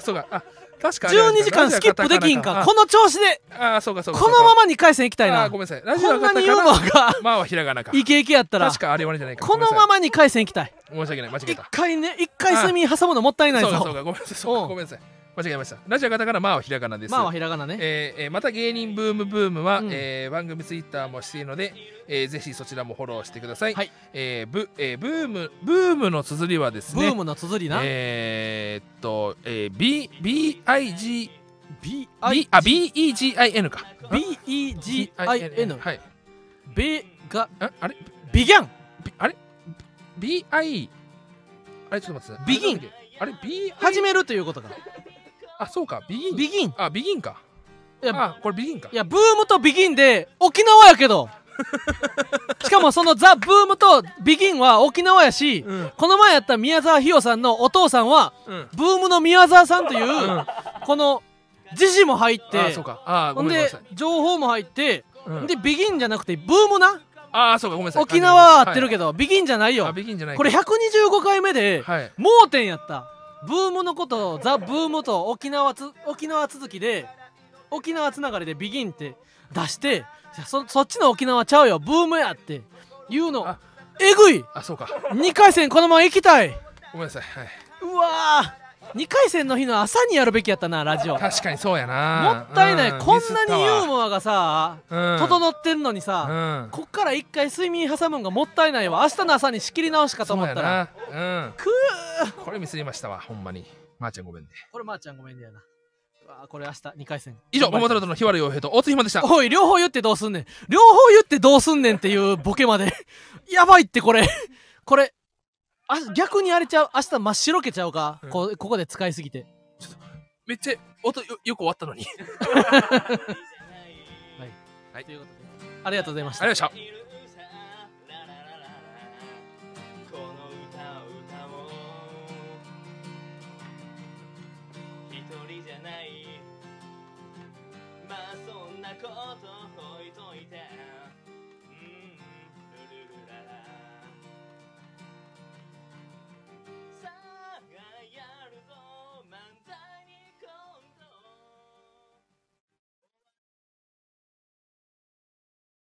そうかあ確かあれはね12時間スキップできんか。この調子で、ああそうかそうこかのまま2回戦行きたいあな。あーこごめんなさいラジオんがなカタにユーカモナアがまあはひらがなかイケイケやったら確、かあれはねじゃないかこのままま2回戦行きたい。申し訳ない間違え1た回ね、1回睡眠挟むのもったいないそうかそうぞ。かごめんなさいそううかんごめんなさい間違えましたラジオがカタカナまあはひらがなですまあはひらがなね。えーえーまた芸人ブームブームは、うんえー番組ツイッターもしているので、えーぜひそちらもフォローしてください、はいえーブえーブームブームの綴りはですブねームの綴りな。えーっと、えー、B BIG B、 B I、あ BEGIN か B、E、G、I、N。はいベが、ああれビギャン。 B- あれ BI あれちょっと待ってくださいビギンあれ B 始めるということか。あそうかビギンビギンいあビギンかやあこれビギンかいやブームとビギンで沖縄やけ どしかもそのザ・ブームとビギンは沖縄やし、うんこの前やった宮沢ひよさんのお父さんはうんブームの宮沢さんという、うんこの時事も入ってあそうかあごほんめんなでさい情報も入って、うんでビギンじゃなくてブームなあそうかごめんなさい沖縄は合ってるけけど、ビギンじゃないよあビギンじゃないこれ125回目で、はい盲点やったブームのことをザ・ブームと沖縄つ沖縄続きで沖縄つながりでビギンって出していやそそっちの沖縄ちゃうよブームやって言うのあえぐいあそうか2回戦このまま行きたいごめんなさい はいうわー2回戦の日の朝にやるべきやったなラジオも確かにそうやなったいない、うこんなにユーミスっモアがさ、たわうん整ってんのにうさ、んこっから1回睡眠挟むんがもったいないわ明日の朝に仕切り直しかとそう思っやたらなうんくこれミスりましたわほんまにまーちゃんごめんねこれまーちゃんごめんねやなうわーこれ明日2回戦以上桃太郎との日原洋平と大津ひまでしたおい、両方言ってどうすんねん。両方言ってどうすんねんっていうボケまで。 やばいってこれ。これ、あ逆にあれちゃう。明日真っ白けちゃうか、うんこうここで使いすぎて。めっちゃ音よよく終わったのにありがとう 아,はい。はいということで、ありがとうございましたござい。ましたいるさラララララこの歌を歌おう一人じゃないまあそんなこと置いといて